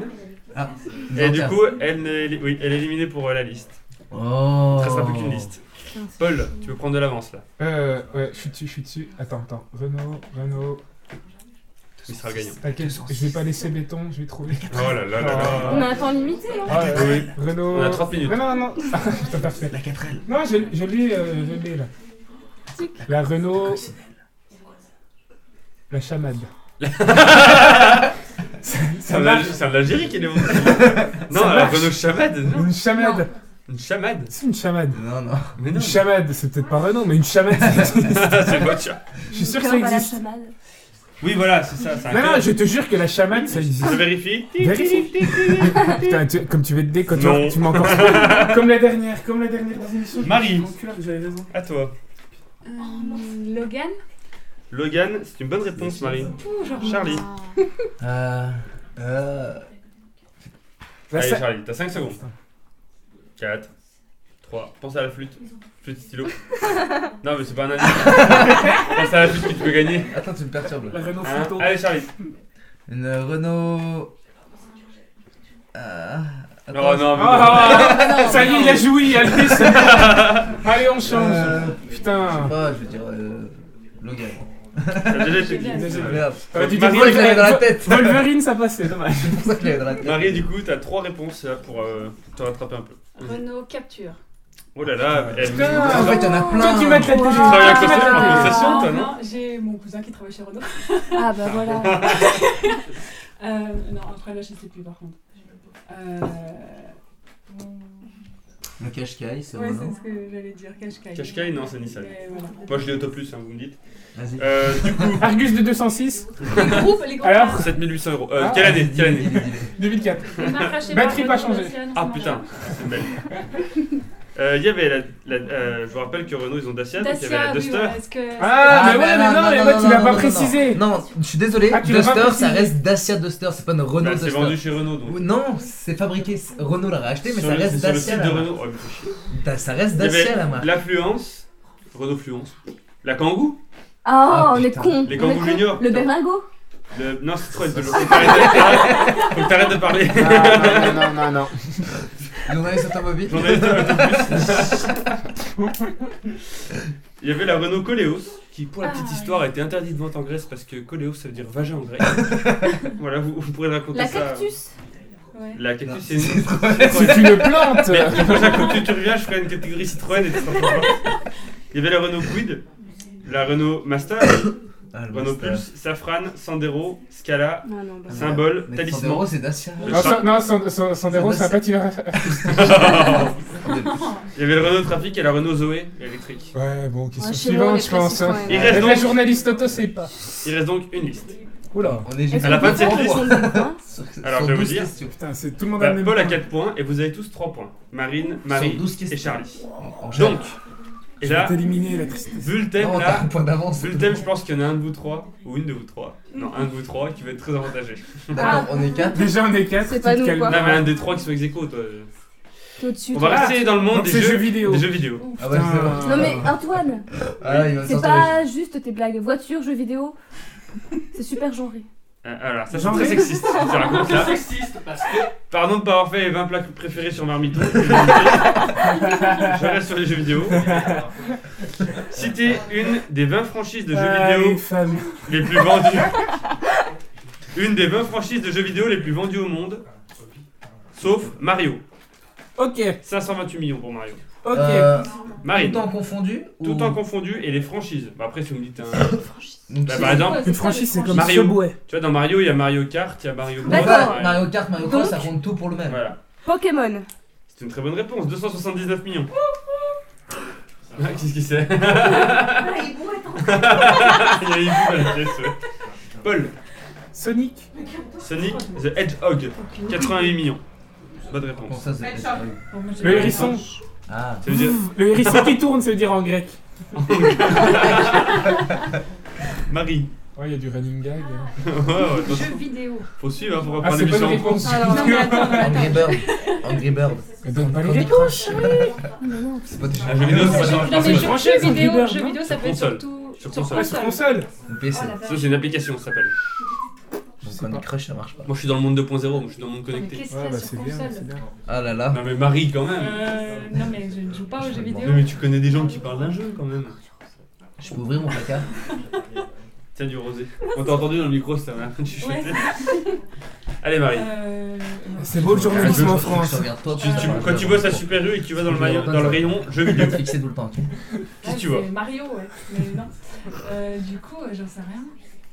Ah. Et du Nanterre. coup, elle, n'est- oui, elle est éliminée pour euh, la liste. Oh. Ça sera plus qu'une liste. Paul, tu peux prendre de l'avance là. Euh, ouais, je suis dessus, je suis dessus. Attends, attends. Renault, Renault. Il sera le gagnant. T'inquiète, je vais pas laisser béton, je vais trouver. Oh là là là Ah. là. On a un temps limité. hein. Ah, ouais, ouais. Renault. On a 30 minutes. Non, non, non. Ah, Putain, parfait. La 4L. Non, je, je l'ai, euh, je l'ai là. La Renault. La chamade. ça ça C'est un Al- marche. c'est un Algérie qui est monté. Non, Ça alors marche. Renault Chamade, non Une chamade. Une chamade C'est une chamade. Non, non. Mais non, Une chamade, c'est peut-être pas Renault, mais une chamade, ça existe. c'est voiture. Je suis sûr que Cœur ça à la existe. chamade. Oui, voilà, c'est ça. c'est un Non, non, code. je te jure que la chamane, ça existe. Je vérifie. Vérifie. Putain, tu- comme tu veux te dé, quand tu- Non. tu m'as encore. comme la dernière, comme la dernière des émissions. je me Marie. suis dit, enculé, J'avais raison. À toi. Euh, Logan Logan, c'est une bonne réponse, Marie. Ouh, genre- Charlie. Euh. Euh. La Allez, sa- Charlie, t'as 5 secondes. 4, 3. Pense à la flûte. Flûte stylo. non, mais c'est pas un indice. Pense à la flûte que tu peux gagner. Attends, tu me perturbes là. La Renault Hein Fronto. Allez, Charlie. Une Renault. Euh. Non, non, mais. Ah, ça y est, il a joui, allez, c'est bon. Allez, on change. Euh, je sais Putain. pas, je veux dire. Euh, Logan. T'as déjà été Génial. dit. Merde, T'aurais dû dire Marie, C'est pour ça que je l'avais dans la tête. C'est Wolverine, ça passait, dommage. pour ça que je l'avais dans la tête. Marie, du coup, t'as 3 réponses là, pour euh, te rattraper un peu. Renault capture. Oh là Ah, là, elle Putain. En fait, il y en a Toi, plein. tu m'as la Wow. travailles à Tu Costa m'as éclaté. en concession, Ah, toi, non non, j'ai mon cousin qui travaille chez Renault. Ah bah voilà. Euh, non, après là, je sais plus par contre. Euh... Le cache caille c'est Ouais, Renault. c'est ce que j'allais dire. Qashqai. Qashqai, non, c'est Nissan. Mais voilà. Moi, je l'ai auto plus, hein, vous me dites. Vas-y. Euh, du coup, Argus de 206. Les groupes, les groupes. Alors 7800 euros. Euh, Ah. quelle année Quelle année 2004. On m'a craché Batterie par pas Renault changée. Dacia, non, ça Ah marche putain, pas. c'est belle. Euh, Il y avait la. la- euh, je vous rappelle que Renault, ils ont Dacia, donc il y avait la Dacia, oui, Duster. voilà, est-ce que... Ah, mais ouais, mais non, mais ouais, tu l'as non, pas non, précisé. Non, Non, je suis désolé, Ah, tu l'as pas Duster, ça précisé. reste Dacia Duster, c'est pas une Renault Bah, c'est Duster. vendu chez Renault donc. Ou- Non, c'est fabriqué, c'est- Renault l'a racheté, mais Sur ça le- reste c'est sur le Dacia site la de marque. Renault. Oh, mais faut chier. Da- ça reste Il y Dacia avait la marque. L'affluence, Renault Fluence, la Kangoo, Oh, Ah, on est putain. con. Les kangourous juniors. Le Berlingo le... non c'est trop, elle de l'eau. Faut que t'arrêtes- faut que t'arrêtes de parler. Non, non, non, non. Journaliste automobile. J'en ai un peu plus. Il y avait la Renault Coleos, qui pour la petite Ah, histoire a été interdite de vente en Grèce parce que Coleos ça veut dire vagin en grec. voilà, vous, vous pourrez raconter La ça. cactus Ouais. La Non, cactus, c'est c'est une. trop- Si tu le plantes. Mais la prochaine fois que tu reviens, je ferai une catégorie Citroën et tu seras content. Il y avait la Renault Quid, la Renault Master, Ah, le Renault Master. Pulse, Safran, Sandero, Scala, Non, non, bah. Ah, Symbole, mais talisman. Sandero, c'est Dacia. Le Non, chat. San- non, San- San- Sandero, c'est un petit Il y avait le Renault Trafic et la Renault Zoé, électrique. Ouais, bon, question Ouais, chez nous, on suivante, est je pense. précis hein. quand même. Il Même reste La donc, journaliste auto, c'est pas. il reste donc une liste. Oula. On est Est-ce juste À la qu'on fin de cette comprend liste. ou on ne comprend pas sur, Alors, sur je vais vous 12 dire. questions. Putain, c'est tout le monde Bah, à même Paul a point. 4 points et vous avez tous 3 points. Marine, Sur Marie 12 questions. et Charlie. En général, Donc, et là, T'es éliminé, la tristesse. vu le thème non, t'as là, un point d'avance. vu le thème, je pense qu'il y en a un de vous trois, ou une de vous trois, non, un de vous trois qui va être très avantagé. Ah, D'accord, on est 4. Déjà, on est 4. C'est pas nous, quoi. Non, mais un des trois qui sont ex aequo, toi. T'es au-dessus On va toi. rester dans le monde Donc, des c'est jeux jeux, vidéo. des jeux vidéo. Ah ouais, c'est vrai. Non mais Antoine, Ah là, il va c'est sortir les- pas juste tes blagues. Voiture, jeux vidéo, c'est super genré. Euh, Alors, ça c'est Genre- très sexiste, ce que tu racontes là. sexiste parce que. Pardon de pas avoir fait les 20 plats préférés sur Marmiton. je vais le dire. Je reste sur les jeux vidéo. Citez une des 20 franchises de jeux vidéo les plus vendues. Une des 20 franchises de jeux vidéo les plus vendues au monde. Sauf Mario. Ok, 528 millions pour Mario. ok. Euh, Marine. Tout en confondu Tout ou- en confondu et les franchises. Bah après, si vous me dites. hein, Donc, Bah, c'est- par exemple, Une franchise, c'est comme Mario. Subway. tu vois, dans Mario, il y a Mario Kart, il y a Mario Bros. D'accord. Mario- Bah, Mario Kart, Mario Kart, Donc- ça compte tout pour le même. Voilà. Pokémon. C'est une très bonne réponse. 279 millions. Ah, Qu'est-ce que c'est Ah, Il y a eu beaucoup de pièces, ouais. Paul, Sonic. Sonic the Hedgehog, 88 millions. Bonne Bon, réponse. ça, c'est- Bon, moi, j'ai- Le hérisson. Ah. Ça veut dire Le hérisson qui tourne, ça veut dire en grec. Marie. Ouais, il y a du running gag. Ouais, ouais, donc, Jeux vidéo. faut suivre, hein, faut Ah, reprendre c'est pas une l'émission. réponse. Alors, non, mais attends, mais attends. Angry Bird. Angry Bird. Mais donne pas les Candy réponses. Crush. C'est pas des Ah, jeux vidéo, c'est pas sur la Non, mais console. jeux- jeux vidéo, Angry jeux Birds, vidéo, ça non peut être Sur surtout Sur sur console. Ah, sur console. Ou Oh, PC. Ça, c'est une application, ça s'appelle. Donc Candy Crush, ça marche pas. Moi, je suis dans le monde 2.0, moi, je suis dans le monde Mais connecté. qu'est-ce qu'il y a sur console bah, bien. Ah là là. Non, mais Marie, quand même. Euh, Non, mais je ne joue pas aux jeux vidéo. Non, mais tu connais des gens qui parlent d'un jeu, quand même. Je peux ouvrir mon placard Tiens, du rosé. On t'a entendu dans le micro, ça m'a tu Ouais. Allez, Marie. Euh, non. C'est beau le journalisme en France. Tu- tu- quand tu bosses à Super U et que tu vas dans le, maillot- dans le rayon jeux vidéo, fixé tout le temps. tu vois. qu'est-ce que tu Ah, vois c'est Mario, ouais. Mais non. Euh, du coup, euh, j'en sais rien.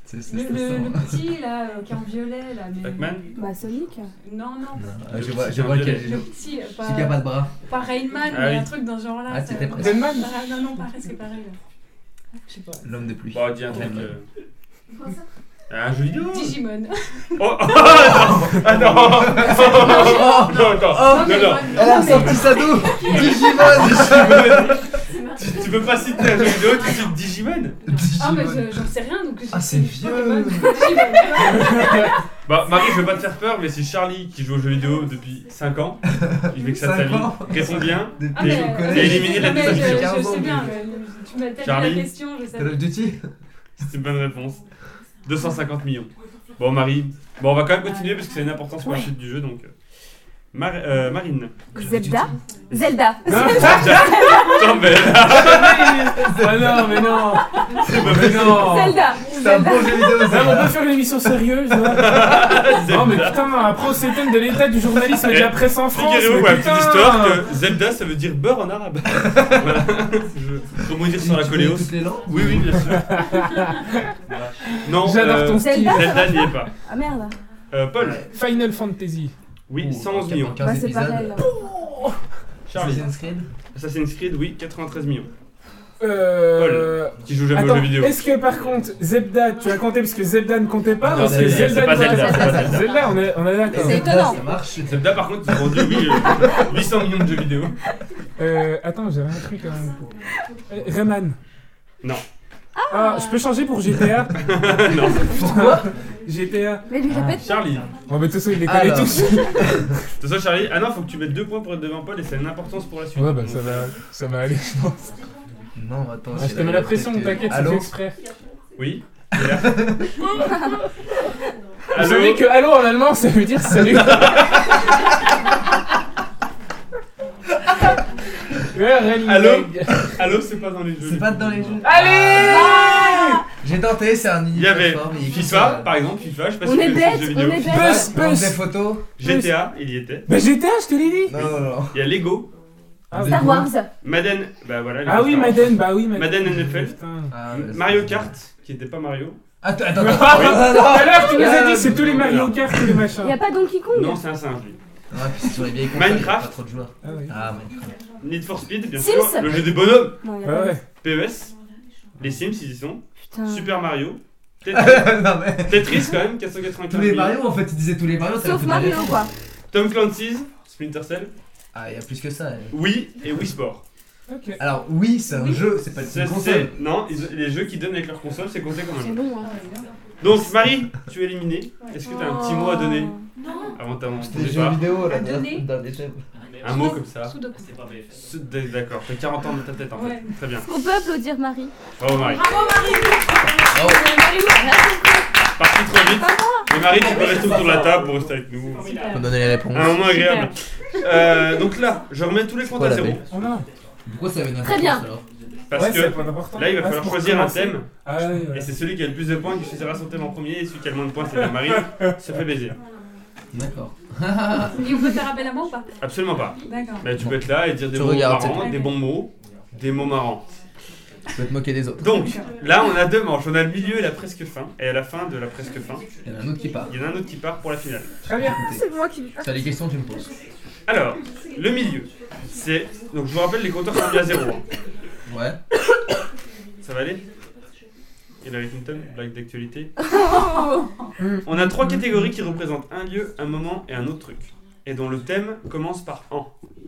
C'est c'est Le, le- le stressant. petit, là, euh, qui est en violet, là. Mais... Pac-Man Bah Sonic. Non, non. Non, euh, Je vois, je vois Le lequel petit- j'ai Le joué. petit, euh, pas, Celui qui a pas de bras. pas Rayman, Ah mais oui. un truc dans ce genre-là. Ah, ça- t'étais presque. Denman Ah, Non, non, pas presque pareil. Je sais pas. Bah, L'homme de pluie. Bon, dis un truc. euh, Un jeu vidéo Digimon. Oh Ah non Non, non, non. Oh, Non, non. elle a sorti sa dos Ah, Digimon C'est marrant. Tu, tu peux pas citer un jeu vidéo, tu cites Digimon Ah, mais Digimon je- j'en sais rien, donc. Ah, je- c'est vieux. Pokémon, Digimon. Ah, euh, Bah, Marie, je vais pas te faire peur, mais c'est Charlie qui joue aux jeux vidéo depuis 5 ans. Il veut que ça de sa Cinq vie. ans Réponds bien. Depuis Ah, T'es- mais. au t'es mais- collège. éliminé de la non, mais liste, je- ça fait je- 15 Je ans, sais bien, mais- mais tu m'as tapé Charlie. la question, je Call savais. of Duty C'est une bonne réponse. 250 millions. Bon, Marie. Bon, on va quand même continuer parce que c'est une importance pour la Ouais. suite du jeu, donc. euh. Mar- euh, Marine. Zelda Zelda Putain, mais là, Ah non, mais non c'est pas Mais possible. non Zelda C'est un bon jeu Non, vidéo mais on ça peut faire une émission sérieuse là Non, mais putain, après on s'étonne de l'état du journalisme et de la presse en France. Figurez-vous, mais pour la petite putain. histoire, que Zelda, ça veut dire beurre en arabe. voilà. Je rebondir sur la Tu connais coléos. toutes les langues Oui, oui, bien sûr. non, J'adore euh, ton style. Zelda Zelda n'y est pas. Ah merde Euh, Paul. Final Fantasy. Oui, Ouh, 111 millions. 15 Bah c'est épisodes. pareil là. Charlie. Assassin's Creed Assassin's Creed, oui, 93 millions. Euh. Qui joue jamais aux jeux Attends, vidéo. est-ce que par contre Zebda, tu as compté parce que Zebda ne comptait pas Non, parce que Zelda, c'est pas ne comptait Zelda, pas. c'est pas Zelda. Zelda, on est, on est d'accord. C'est étonnant. Euh, Ça marche Zelda, par contre, ils ont vendu oui, euh, 800 millions de jeux vidéo. Euh, attends, j'avais un truc quand même. Pour... Euh, Rayman. Non. Ah, je peux changer pour GTA non. GTA. Mais lui répète Charlie. Bon, mais de toute façon, il les connaît Alors. tous. De toute façon, Charlie. Ah non, faut que tu mettes deux points pour être devant Paul et ça a une importance pour la suite. Ouais, bah ça va, ça va aller. Non, attends. Ah, je te mets la pression, t'inquiète, c'est fait Allô exprès. Oui. il est là. Vous Allô savez que allô en allemand, ça veut dire salut. Ouais, Rayman. Allô Allô, c'est pas dans les jeux. C'est pas dans les jeux. Ah. Allez J'ai tenté, c'est un Il y avait uniforme, il existe FIFA, pas. par exemple, FIFA, je sais pas On si est vous connaissez ce jeu bête, on vidéo. est Dans- bête Puss, dans puss. Ah, des photos GTA, il y était. Bah GTA, je te l'ai dit Non, non, non. Il y a Lego, Ah, Star Wars Madden, bah voilà. Lego Ah oui, Star Wars. Madden, bah oui, Madden. Madden NFL, Putain. Ah, ouais, Mario c'est- Kart, qui était pas Mario. Attends, attends, Tout attends. Ah, à l'heure, tu nous as dit, c'est tous les non, Mario non. Kart, tous les machins. Y'a pas Donkey Kong Non, c'est un singe, lui. Ah, puis c'est sur les vieilles consoles, Minecraft. il y a Pas trop de joueurs. Ah oui. Ah, Minecraft. Need for Speed, bien Sims. sûr. Le jeu des bonhommes. Non, y a Ah pas. ouais. PES, les Sims, ils y sont. Putain. Super Mario. Tetris, non, mais. Tetris, quand même, 495 Tous les millions. Mario, en fait, il disait tous les Mario, ça Sauf fait mal. Mario quoi Tom Clancy's, Splinter Cell. Ah, il y a plus que ça. eh. Oui et Wii Sport. Ok. Alors, oui, c'est un jeu, c'est pas Ça, une c'est. console. Non, ils- les jeux qui donnent avec leur console, c'est compté comme un C'est jeu. bon hein. Donc, Marie, tu es éliminée. Est-ce que tu as un petit mot à donner Non. avant ta avant ton Des jeux départ vidéo, là, À donner. dans les thèmes. Un mot comme ça. Sudoku. C'est pas BFM. Ce- D'accord, t'as 40 ans de ta tête en fait. Ouais. Très bien. On peut applaudir Marie Bravo Marie. Bravo Marie Parti trop vite. Mais Marie, tu peux rester autour de la table pour rester avec nous. On donner les réponses. Un moment agréable. Euh, donc là, je remets tous les comptes quoi, à la zéro. baie Oh non. Pourquoi ça avait une Très bien. importance, alors Parce Ouais, c'est que pas important. là, il va Ouais, c'est falloir pour choisir un commencer. thème. Ah ouais, ouais. Et c'est celui qui a le plus de points qui choisira son thème en premier. Et celui qui a le moins de points, c'est la Marie. Ça fait baiser. D'accord. Et vous pouvez faire appel à moi ou pas Absolument pas. D'accord. Bah, tu peux être là et dire des Tu mots regardes, marrants, c'est- des bons mots, des mots marrants. Tu peux te moquer des autres. Donc là, on a deux manches. On a le milieu et la presque fin. Et à la fin de la presque fin, Il y en a un autre qui part. il y en a un autre qui part pour la finale. Très bien. Écoutez, C'est moi qui. t'as les questions, tu me poses. Alors, le milieu, c'est. Donc je vous rappelle, les compteurs sont mis à zéro. hein. Ouais. Ça va aller Hillary Clinton, blague d'actualité. On a trois catégories qui représentent un lieu, un moment et un autre truc. Et dont le thème commence par en.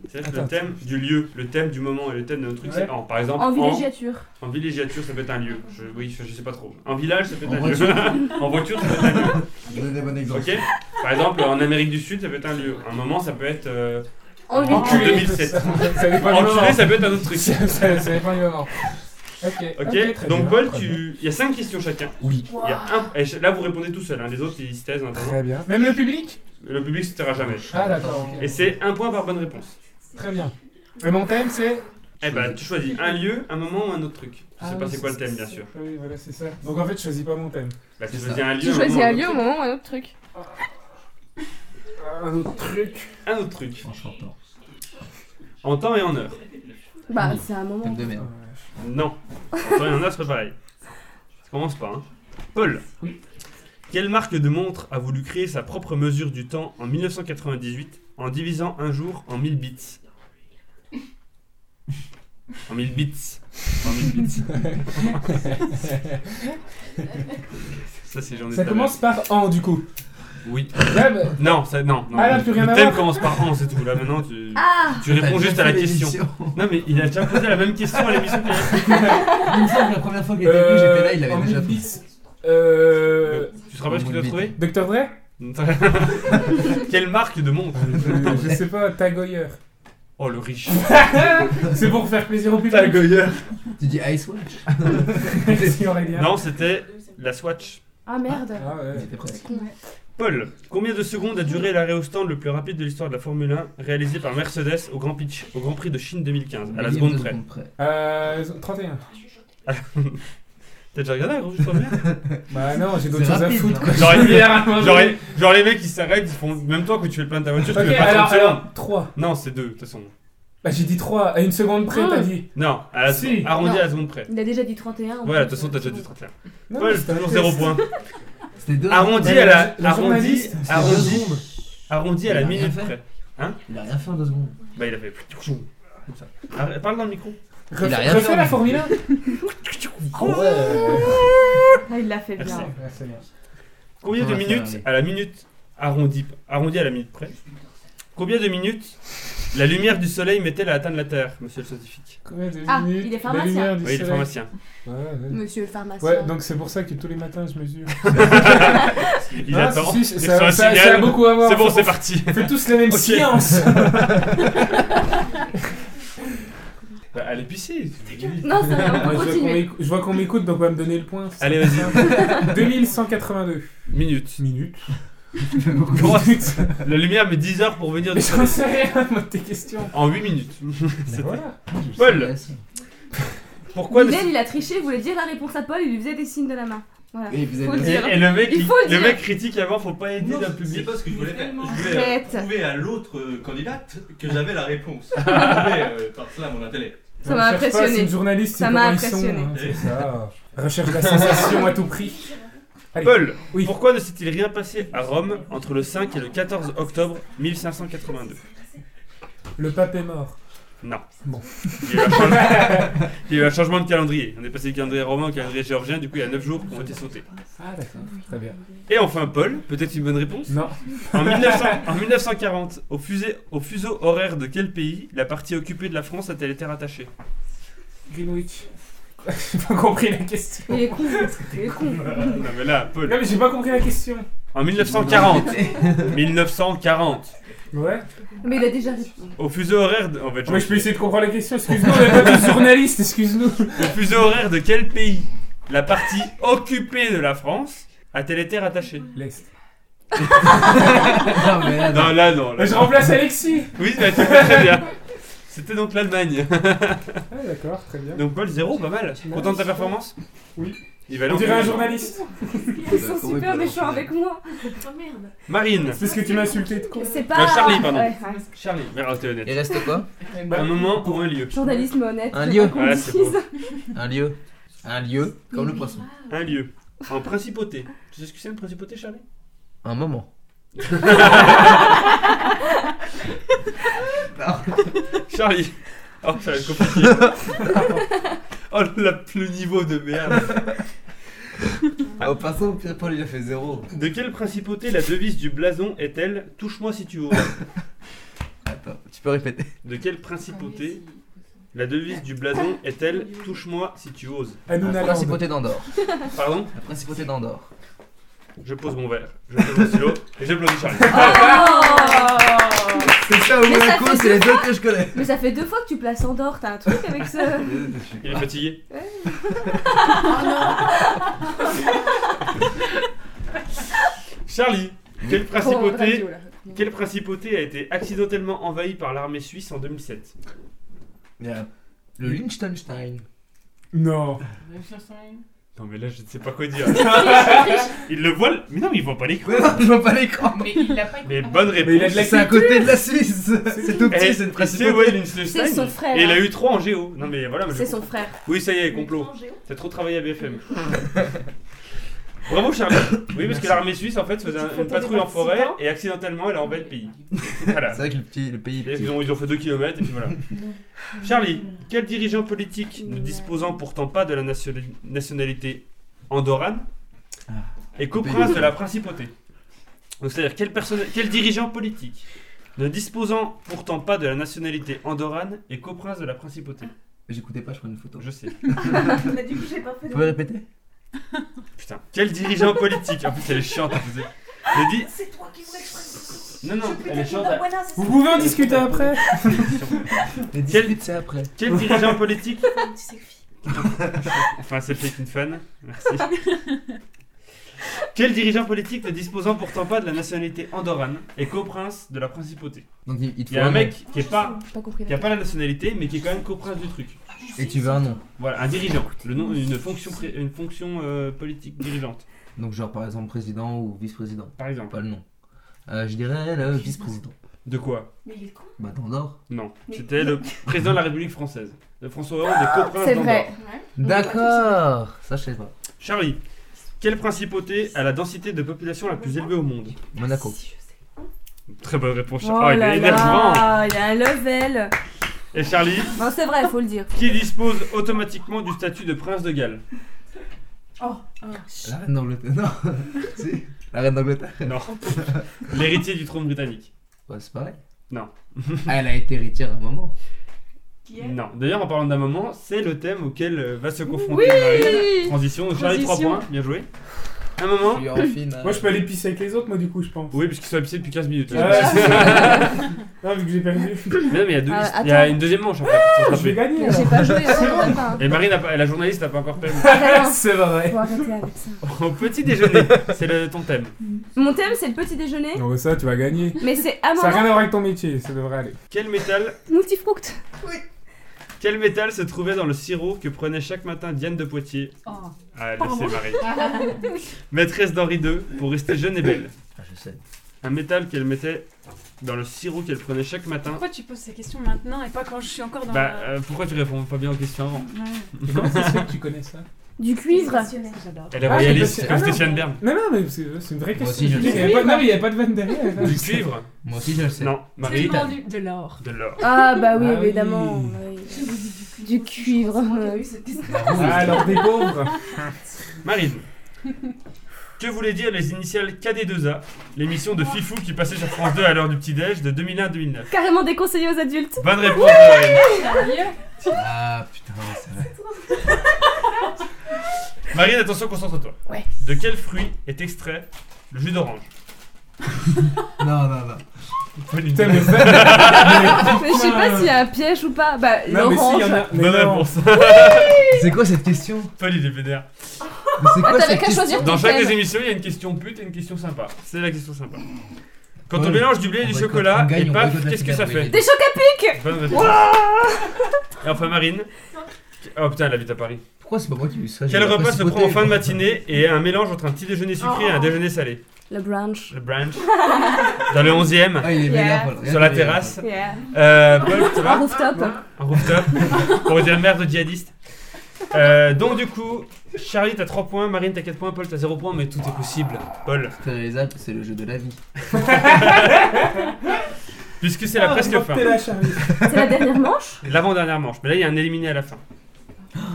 C'est-à-dire que le Attends. thème du lieu, le thème du moment et le thème de notre truc, c'est Ouais. en. Par exemple, En en, villégiature. en villégiature, ça peut être un lieu. Je, oui, je, je sais pas trop. En village, ça peut être En un lieu. en voiture, ça peut être un lieu. Donne des bons exemples. Ok Par exemple, en Amérique du Sud, ça peut être un lieu. Un moment, ça peut être. euh, En en villégiature. Enculé. 2007. Ça dépend du moment. Enculé, ça peut être un autre truc. Ça- ça- ça dépend du moment. Ok. Ok, ok, très donc bien, Paul, très bien. tu... il y a 5 questions chacun. Oui. Il y a un... et ch- Là, vous répondez tout seul, hein. les autres ils se taisent en attendant. Très bien. Même le public Le public se taira jamais. Ah d'accord. ok. Et c'est un point par bonne réponse. Très bien. Et mon thème c'est Eh ben, tu choisis un lieu, un moment ou un autre truc. Je sais Ah pas oui, c'est quoi le thème, bien sûr. Oui, voilà, c'est ça. Donc en fait, je choisis pas mon thème. Bah, tu C'est choisis ça. un lieu, Tu un choisis moment, un lieu, un moment, un autre truc. Un autre truc. un autre truc. En chantant. En temps et en heure. Bah, c'est un Thème moment. de merde. Non. En temps et en heure, c'est pareil. Ça commence pas, hein. Paul. Quelle marque de montre a voulu créer sa propre mesure du temps en 1998 en divisant un jour en 1000 bits En 1000 bits. Ça, c'est j'en ai Ça de la commence par an du coup. merde. Oui. Là, bah, Non, ça, non. non. Ah, là, plus rien le à thème voir. commence par an, c'est tout. Là, maintenant, tu, Ah tu réponds juste à la Fait question. l'émission. Non, mais il a déjà posé la même question à l'émission. qu'il y a- Il me semble que la première fois qu'il était venu, j'étais là, il l'avait en déjà pris. 2010, euh, Tu te rappelles ce que tu as trouvé Dr Dre Quelle marque de montre je, je sais pas, Tag Heuer. Oh, le riche. C'est pour faire plaisir au public. Goyer. Tu dis Ice Watch Merci Aurélien. Non, c'était la Swatch. Ah merde Ah ouais. J'étais presque. Paul, combien de secondes a duré l'arrêt au stand le plus rapide de l'histoire de la Formule 1 réalisé par Mercedes au Grand, Pitch- au Grand Prix de Chine 2015 À la Millième seconde de près. seconde près. Euh, 31. T'as déjà regardé la Grand Prix de Formule 1 Bah non, j'ai d'autres C'est choses à rapide, foutre. hein. quoi. Genre, il- Littéralement. genre, les- genre les mecs ils s'arrêtent, ils font le même temps que tu fais le plein de ta voiture, Ok, tu fais pas 30 alors, secondes. alors, 3. Non, c'est deux, de toute façon. Bah j'ai dit 3, à une seconde près Ah. t'as dit. Non, à la Si. arrondi Non. à la seconde près. Il a déjà dit 31. en Ah, Voilà, de toute plus. façon, t'as déjà dit 31. Non, Paul, c'était un toujours test. 0 point. C'était deux. Arrondi Mais à la- la. la Arrondi, journaliste, c'est arrondi, Ah. deux secondes. arrondi à la Il a rien minute fait. près. Il a rien fait en deux secondes. Bah, il a fait. Comme ça. Arrête- Parle dans le micro. Refais, Il a rien refais fait. la Formule 1. Ah, il l'a fait bien. Merci. Ouais, c'est bien. Combien On de va faire minutes aller. à la minute arrondi, arrondi à la minute près Combien de minutes la lumière du soleil met-elle à atteindre la Terre, monsieur le scientifique Combien de Ah, minutes il est la pharmacien. lumière du Oui, il est soleil pharmacien. Ouais, ouais. Monsieur le pharmacien. Ouais, donc c'est pour ça que tous les matins je mesure. Il Ah, attend. si, si, il ça- reçoit un ça- ça signal. a beaucoup à voir. C'est bon, Faut- c'est parti. On fait tous la même Ok. science. Bah, allez pisser. Non, ça va, Ouais, on je peut vois qu'on continuer. m'écou- je vois qu'on m'écoute, donc on va me donner le point. Allez, vas-y. 2182 Minutes. minutes. Grosse. La lumière met 10 heures pour venir Mais du j'en soleil. sais rien, moi, de tes questions. En 8 minutes. C'était- Voilà. Paul, pourquoi ne- Miguel, il a triché, il voulait dire la réponse à Paul, il lui faisait des signes de la main. Voilà. Oui, vous Faut êtes le et, dire. et le mec, Il il- faut le le dire. mec critique avant, faut pas aider d'un C'est public. pas ce que je voulais faire. Je voulais euh, Arrête prouver à l'autre euh, candidate que j'avais la réponse. Je voulais, euh, par cela mon intellect. Ça m'a Recherche pas, impressionné. C'est le journaliste, Ça c'est m'a comment ils sont, impressionné. hein, c'est ça. Recherche la sensation à tout prix. Allez. Paul, Oui. pourquoi ne s'est-il rien passé à Rome entre le 5 et le 14 octobre 1582 Le pape est mort. Non. Bon. Il y, a eu un change- il y a eu un changement de calendrier. On est passé du calendrier romain au calendrier géorgien, du coup il y a 9 jours qui ont été sautés. Ah d'accord, très bien. Et enfin Paul, peut-être une bonne réponse. Non. En, 1900 en 1940, au, fusée- au fuseau horaire de quel pays la partie occupée de la France a-t-elle été rattachée Greenwich. J'ai pas compris la question. Il est con, il est con. Ah, Non mais là, Paul. Non mais j'ai pas compris la question. En 1940. 1940. Ouais. Mais il a déjà répondu. Au fuseau horaire de... en fait, Ah, Moi je peux essayer de comprendre la question. Excuse-nous, on est pas des journalistes. Excuse-nous. Au fuseau horaire de quel pays la partie occupée de la France a-t-elle été rattachée L'est. Non, mais là, Non, là, non. là. Ah Bah, Je remplace Alexis. Oui, bah, tu fais très bien. C'était donc l'Allemagne. Ah d'accord, très bien. Donc Paul, zéro, pas mal. Content de ta performance Bah, Oui. Il va aller On en dirait un finale. journaliste. Ils Bah, sont super méchants avec moi. Oh merde. Marine. C'est parce que tu m'as insulté de con. C'est Bah, pas. Euh, Charlie, pardon. Ouais, ouais. Charlie. Mais alors, t'es Il honnête. reste quoi bah, Un moment pour un lieu. Journalisme honnête. Un faut lieu. pas qu'on Voilà, c'est dise. Un lieu. Un lieu. Comme le poisson. ah. Un lieu. En principauté. Tu sais ce que c'est une principauté, Charlie Un moment. Charlie. Oh, ça va être compliqué. oh, la- le niveau de merde. Ah. Au passant, Pierre Paul il a fait zéro. De quelle principauté la devise du blason est-elle Touche-moi si tu veux. Attends, tu peux répéter. De quelle principauté la devise du blason est-elle Touche-moi si tu oses La Hanouna Land. principauté d'Andorre. Pardon La principauté d'Andorre. Je pose mon verre, je pose mon stylo et j'applaudis Charlie. C'est ça ou Mais ça Monaco, fait c'est les deux que je connais. Oh Mais ça fait deux fois que tu places Andorre, t'as un truc avec ça. Il est fatigué. Charlie, quelle Oh, principauté, radio, là. quelle principauté a été accidentellement envahie par l'armée suisse en 2007 Il y a Le Liechtenstein. Non. Non mais là je ne sais pas quoi dire. il le voit, le- mais non mais il voit pas les couilles. Ouais, non, je vois pas l'écran. Mais il l'a pas Mais bonne Mais il a réponse. de la C'est à côté de la Suisse. Eh, C'est tout Eh, petit, c'est une principauté. principauté. C'est son frère. Et il a hein. eu 3 en géo. Non mais voilà. mais je C'est son comprends. frère. Oui ça y est, complot. T'as trop travaillé à BFM. Bravo Charlie. Oui, parce que l'armée suisse en fait faisait un- une patrouille en forêt et accidentellement elle a envahi le pays. Voilà. C'est vrai que le, petit, le pays est Et petit. Ils ont, ils ont fait 2 km et puis voilà. Charlie, quel dirigeant politique ne disposant pourtant pas de la nationa- nationalité andorrane est coprince de la principauté Donc, C'est-à-dire quel, perso- quel dirigeant politique ne disposant pourtant pas de la nationalité andorrane est coprince de la principauté J'écoutais pas, je prends une photo. Je sais. Mais du coup, j'ai pas fait Tu de. peux répéter Putain, quel dirigeant politique En plus, elle est chiante. elle faisait- Elle dit C'est toi qui voulais que je fasse. Non, non, Je elle est suis chiante. ta buena, c'est Vous ça pouvez en discuter après Les discutes, c'est après. Quel dirigeant politique Tu sais que fille. Enfin, c'est fait une fan. Merci. Quel dirigeant politique ne disposant pourtant pas de la nationalité andorrane est coprince de la principauté Donc il, il te Il faut y a un mec qui est pas Pas compris. qui a pas la nationalité mais qui est quand même coprince du truc. nom. Et tu veux un nom. Voilà, un dirigeant, le nom, une fonction, pré- une fonction euh, politique dirigeante, Donc genre par exemple président ou vice-président. par exemple. Pas le nom. Euh, je dirais le vice-président. De quoi Mais il est con. Bah d'Andorre. Non, c'était le président de la République française. Le François Hollande est coprince C'est d'Andorre. vrai. D'accord. Ça je sais pas. Charlie, quelle principauté a la densité de population la plus élevée au monde Monaco. Très bonne réponse. Oh Oh, il là est énervant. là, il y a un level. Et Charlie, Bon, c'est vrai, faut le dire. qui dispose automatiquement du statut de prince de Galles La reine d'Angleterre. Non. Si. La reine d'Angleterre. Non. L'héritier du trône britannique Ouais, c'est pareil. Ah, Non. Elle a été héritière à un moment. Qui est Non. D'ailleurs, en parlant d'un moment, c'est le thème auquel euh, va se confronter Marine. Transition. Donc, Charlie, 3 Transition. points. Bien joué. Un moment. Puis en fine. Moi, je peux aller pisser avec les autres, moi, du coup, je pense. Oui, parce qu'ils sont habitués depuis 15 minutes. Ah Ouais, c'est ça. non, vu que j'ai perdu, Mais non, mais il y a, deux- Euh, il y a attends. une deuxième manche en fait. pour Ah, je s'attraper. vais gagner. J'ai alors. pas joué. hein, enfin. Et Marine, n'a pas- la journaliste, n'a pas encore fait C'est vrai. Faut arrêter avec ça. Au petit déjeuner, c'est le- ton thème. Mon thème, c'est le petit déjeuner, Non, mais ça, tu vas gagner. mais c'est Ah, à Ça n'a moment rien à voir avec ton métier, ça devrait aller. Quel métal, multifruct. quel métal se trouvait dans le sirop que prenait chaque matin Diane de Poitiers Oh. Ah, laissez Marie. Maîtresse d'Henri II pour rester jeune et belle. Ah, je sais. Un métal qu'elle mettait dans le sirop qu'elle prenait chaque matin. Pourquoi tu poses ces questions maintenant et pas quand je suis encore dans Bah, la- euh, pourquoi tu réponds pas bien aux questions avant Ouais. Comment ça se fait que tu connais ça Du cuivre. Passionné. J'adore. Elle est Ah, royaliste, c'est- comme ah, non. Stéphane Bern. Non, non, mais parce que c'est une vraie Moi question. aussi, je Il y sais. avait pas- Non, mais il n'y avait pas de vanne derrière. hein. Du cuivre Moi aussi je le sais. Non, Marie, Tellement du- De l'or. de l'or. Ah bah oui, Ah oui. évidemment. oui. Du cuivre. oui. Ah, alors des pauvres. Marine. Que voulaient dire les initiales KD2A, l'émission de Fifou qui passait sur France 2 à l'heure du petit-déj de 2001 à 2009 Carrément déconseillé aux adultes. Bonne réponse, Marine. Ah putain, c'est vrai. Marine, attention, concentre-toi. Ouais. De quel fruit est extrait le jus d'orange Non, non, non. Putain, mais ça. Mais je sais pas s'il y a un piège ou pas. Bah, Ah, Non, mais si, il y en l'orange. a. mais Bonne non. réponse. C'est quoi cette question Paul, il est vénère. Mais C'est Ah, quoi t'avais cette qu'à question choisir Dans ton chaque thème. des émissions, il y a une question pute et une question sympa. C'est la question sympa. Quand on Ouais. mélange du blé et On du boycotte, chocolat, on gagne, et on paf, boycotte la qu'est-ce que finale, ça oui, fait oui. Des chocs à pic Bonne réponse. Et enfin, Marine. Oh putain, elle habite à Paris. Pourquoi c'est pas moi qui lui ça Quel repas se prend en fin de matinée et est un mélange entre un petit déjeuner sucré et un déjeuner salé Le brunch. Le brunch. Dans le 11 e Ah, il est vénère, Paul. sur la Regarde, il est vénère. terrasse. Yeah. Euh, Paul, ça Un va rooftop. Un rooftop. Pour dire merde de djihadiste. Euh, donc, du coup, Charlie, t'as 3 points, Marine, t'as 4 points, Paul, t'as 0 points, mais tout est possible. Paul. Frère, les Alpes, c'est le jeu de la vie. Puisque Oh, c'est la Ah, presque fin. T'es là, Charlie. C'est la dernière manche L'avant-dernière manche, mais là il y a un éliminé à la fin.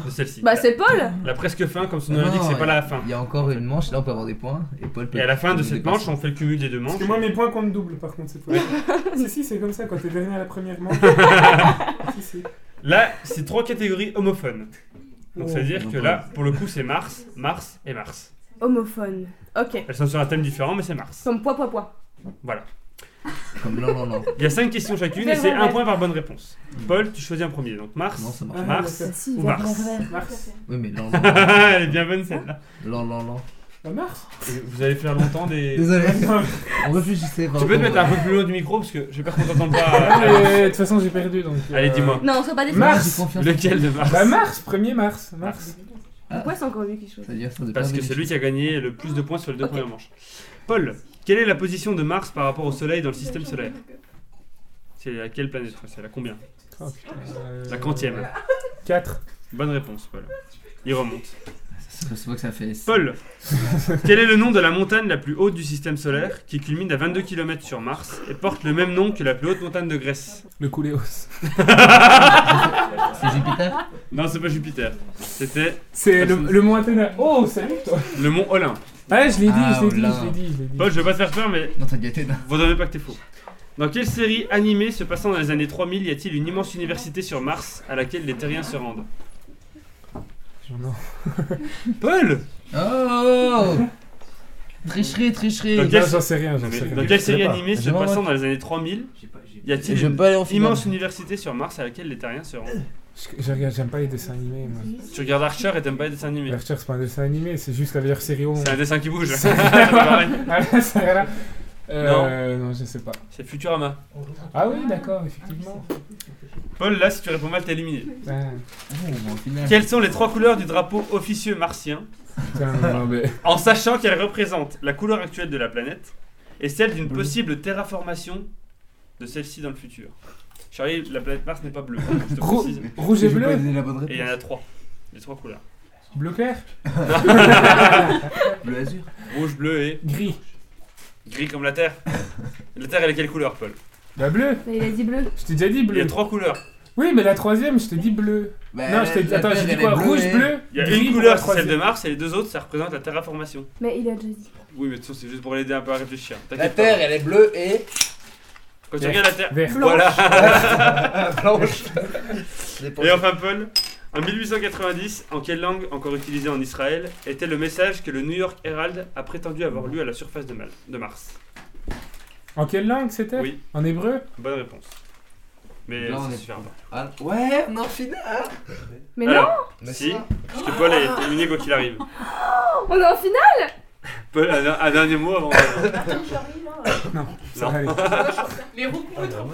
De celle-ci. Bah, c'est Paul. La presque fin, comme son nom l'indique, Non, c'est pas la fin. Il y a encore une manche, là on peut avoir des points. Et Paul peut. Et à la fin de peut cette dépasser. manche, on fait le cumul des deux Parce manches. que moi, mes points comptent double, par contre, cette fois. si, si, c'est comme ça, quand t'es dernier à la première manche. si, si. Là, c'est trois catégories homophones. Donc Oh, ça veut dire que homophones. là, pour le coup, c'est Mars, Mars et Mars. Homophone. Ok. Elles sont sur un thème différent, mais c'est Mars. Comme poids, poids, poids. Voilà. Comme non, non, non. Il y a cinq questions chacune et c'est un point par bonne réponse. Paul, tu choisis en premier. Donc Mars. Non, ça marche. Ah, Mars. non, Si, Ou vers Mars. l'envers. Mars. Oui, mais non, Elle est bien bonne celle-là. non, non, non. Bah, Mars. Et Vous allez faire longtemps des. Désolé. On réfléchissait. Tu peux te mettre un peu plus loin du micro parce que j'ai peur qu'on t'entende Ah, pas. mais de toute façon, j'ai perdu, donc. euh, Allez, dis-moi. Non, on soit pas des Mars. Lequel de Mars Bah, Mars, 1er mars. Mars. Pourquoi c'est encore lui qui choisit C'est-à-dire ça de Parce que c'est lui qui a gagné le plus de points sur les deux premières manches. Paul, quelle est la position de Mars par rapport au Soleil dans le système solaire C'est à quelle planète C'est la combien Oh, Euh, La quantième. 4. Bonne réponse, Paul. Il remonte. Ça se voit que ça fait. Paul, quel est le nom de la montagne la plus haute du système solaire qui culmine à 22 km sur Mars et porte le même nom que la plus haute montagne de Grèce Le Couléos. C'est Jupiter Non, c'est pas Jupiter. C'était C'est le, le mont Athéna. Oh, salut toi le mont Olympe. Ouais, je l'ai dit, Ah, je l'ai dit, oula. je l'ai dit, je l'ai dit. Paul, je veux pas te faire peur, mais Non, t'as dit Athéna. vous donnez pas que t'es faux. Dans quelle série animée se passant dans les années 3000 y a-t-il une immense université sur Mars à laquelle les terriens se rendent Oh, Non. Paul Oh Tricherie, tricherie. Ok. Non, j'en sais rien, j'en sais Dans rien. quelle je série sais pas. animée se J'ai vraiment- passant dans les années 3000 J'ai pas- j'ai- y Et je a-t-il veux pas aller en une finale. immense université sur Mars à laquelle les terriens se rendent Je, je regarde, j'aime pas les dessins animés. Moi. Tu regardes Archer et t'aimes pas les dessins animés Archer, c'est pas un dessin animé, c'est juste la meilleure série au monde. C'est un dessin qui bouge. C'est- C'est pareil. Ah, là, ça là. Euh, non. je sais pas. C'est Futurama. Ah oui, d'accord, effectivement. Paul, là, si tu réponds mal, t'es éliminé. Ah, Oh, bon, au final. Quelles sont les trois couleurs du drapeau officieux martien putain, non, mais... en sachant qu'elles représentent la couleur actuelle de la planète et celle d'une possible terraformation de celle-ci dans le futur Charlie, la planète Mars n'est pas bleue. hein, je te Gros- précise. Rouge et Je vais pas bleu, donner la bonne Et il y en réponse. a trois. Les trois couleurs. bleu clair, Bleu azur. Rouge, bleu et gris. gris comme la Terre. La Terre, elle est quelle couleur, Paul Bah bleu, Mais il a dit bleu. je t'ai déjà dit Il y a bleu. trois couleurs. Oui, mais la troisième, je t'ai dit bleu. Bah, non, je t'ai dit, la attends, terre, j'ai dit elle quoi est bleue, Rouge, mais- bleu, Il y a gris une pour couleur, la c'est celle de troisième. Mars, et les deux autres, ça représente la terraformation. Mais il a déjà dit. Oui, mais de toute façon, c'est juste pour l'aider un peu à réfléchir. La T'inquiète pas. terre, elle est bleue et Quand tu regardes la Terre, Vert. voilà. blanche. Et enfin, Paul, en 1890, en quelle langue encore utilisée en Israël était le message que le New York Herald a prétendu avoir lu à la surface de, Mal- de Mars En quelle langue c'était Oui, En hébreu bonne réponse. Mais Non, ça mais- suffira pas. Ah, ouais, non, final. Mais non Alors, Mais si, ça. parce que Paul est éliminé quoi qu'il arrive. On est en finale Paul, un, un dernier mot avant. Attends, Charlie, là. Ça va aller. Les roucous, trop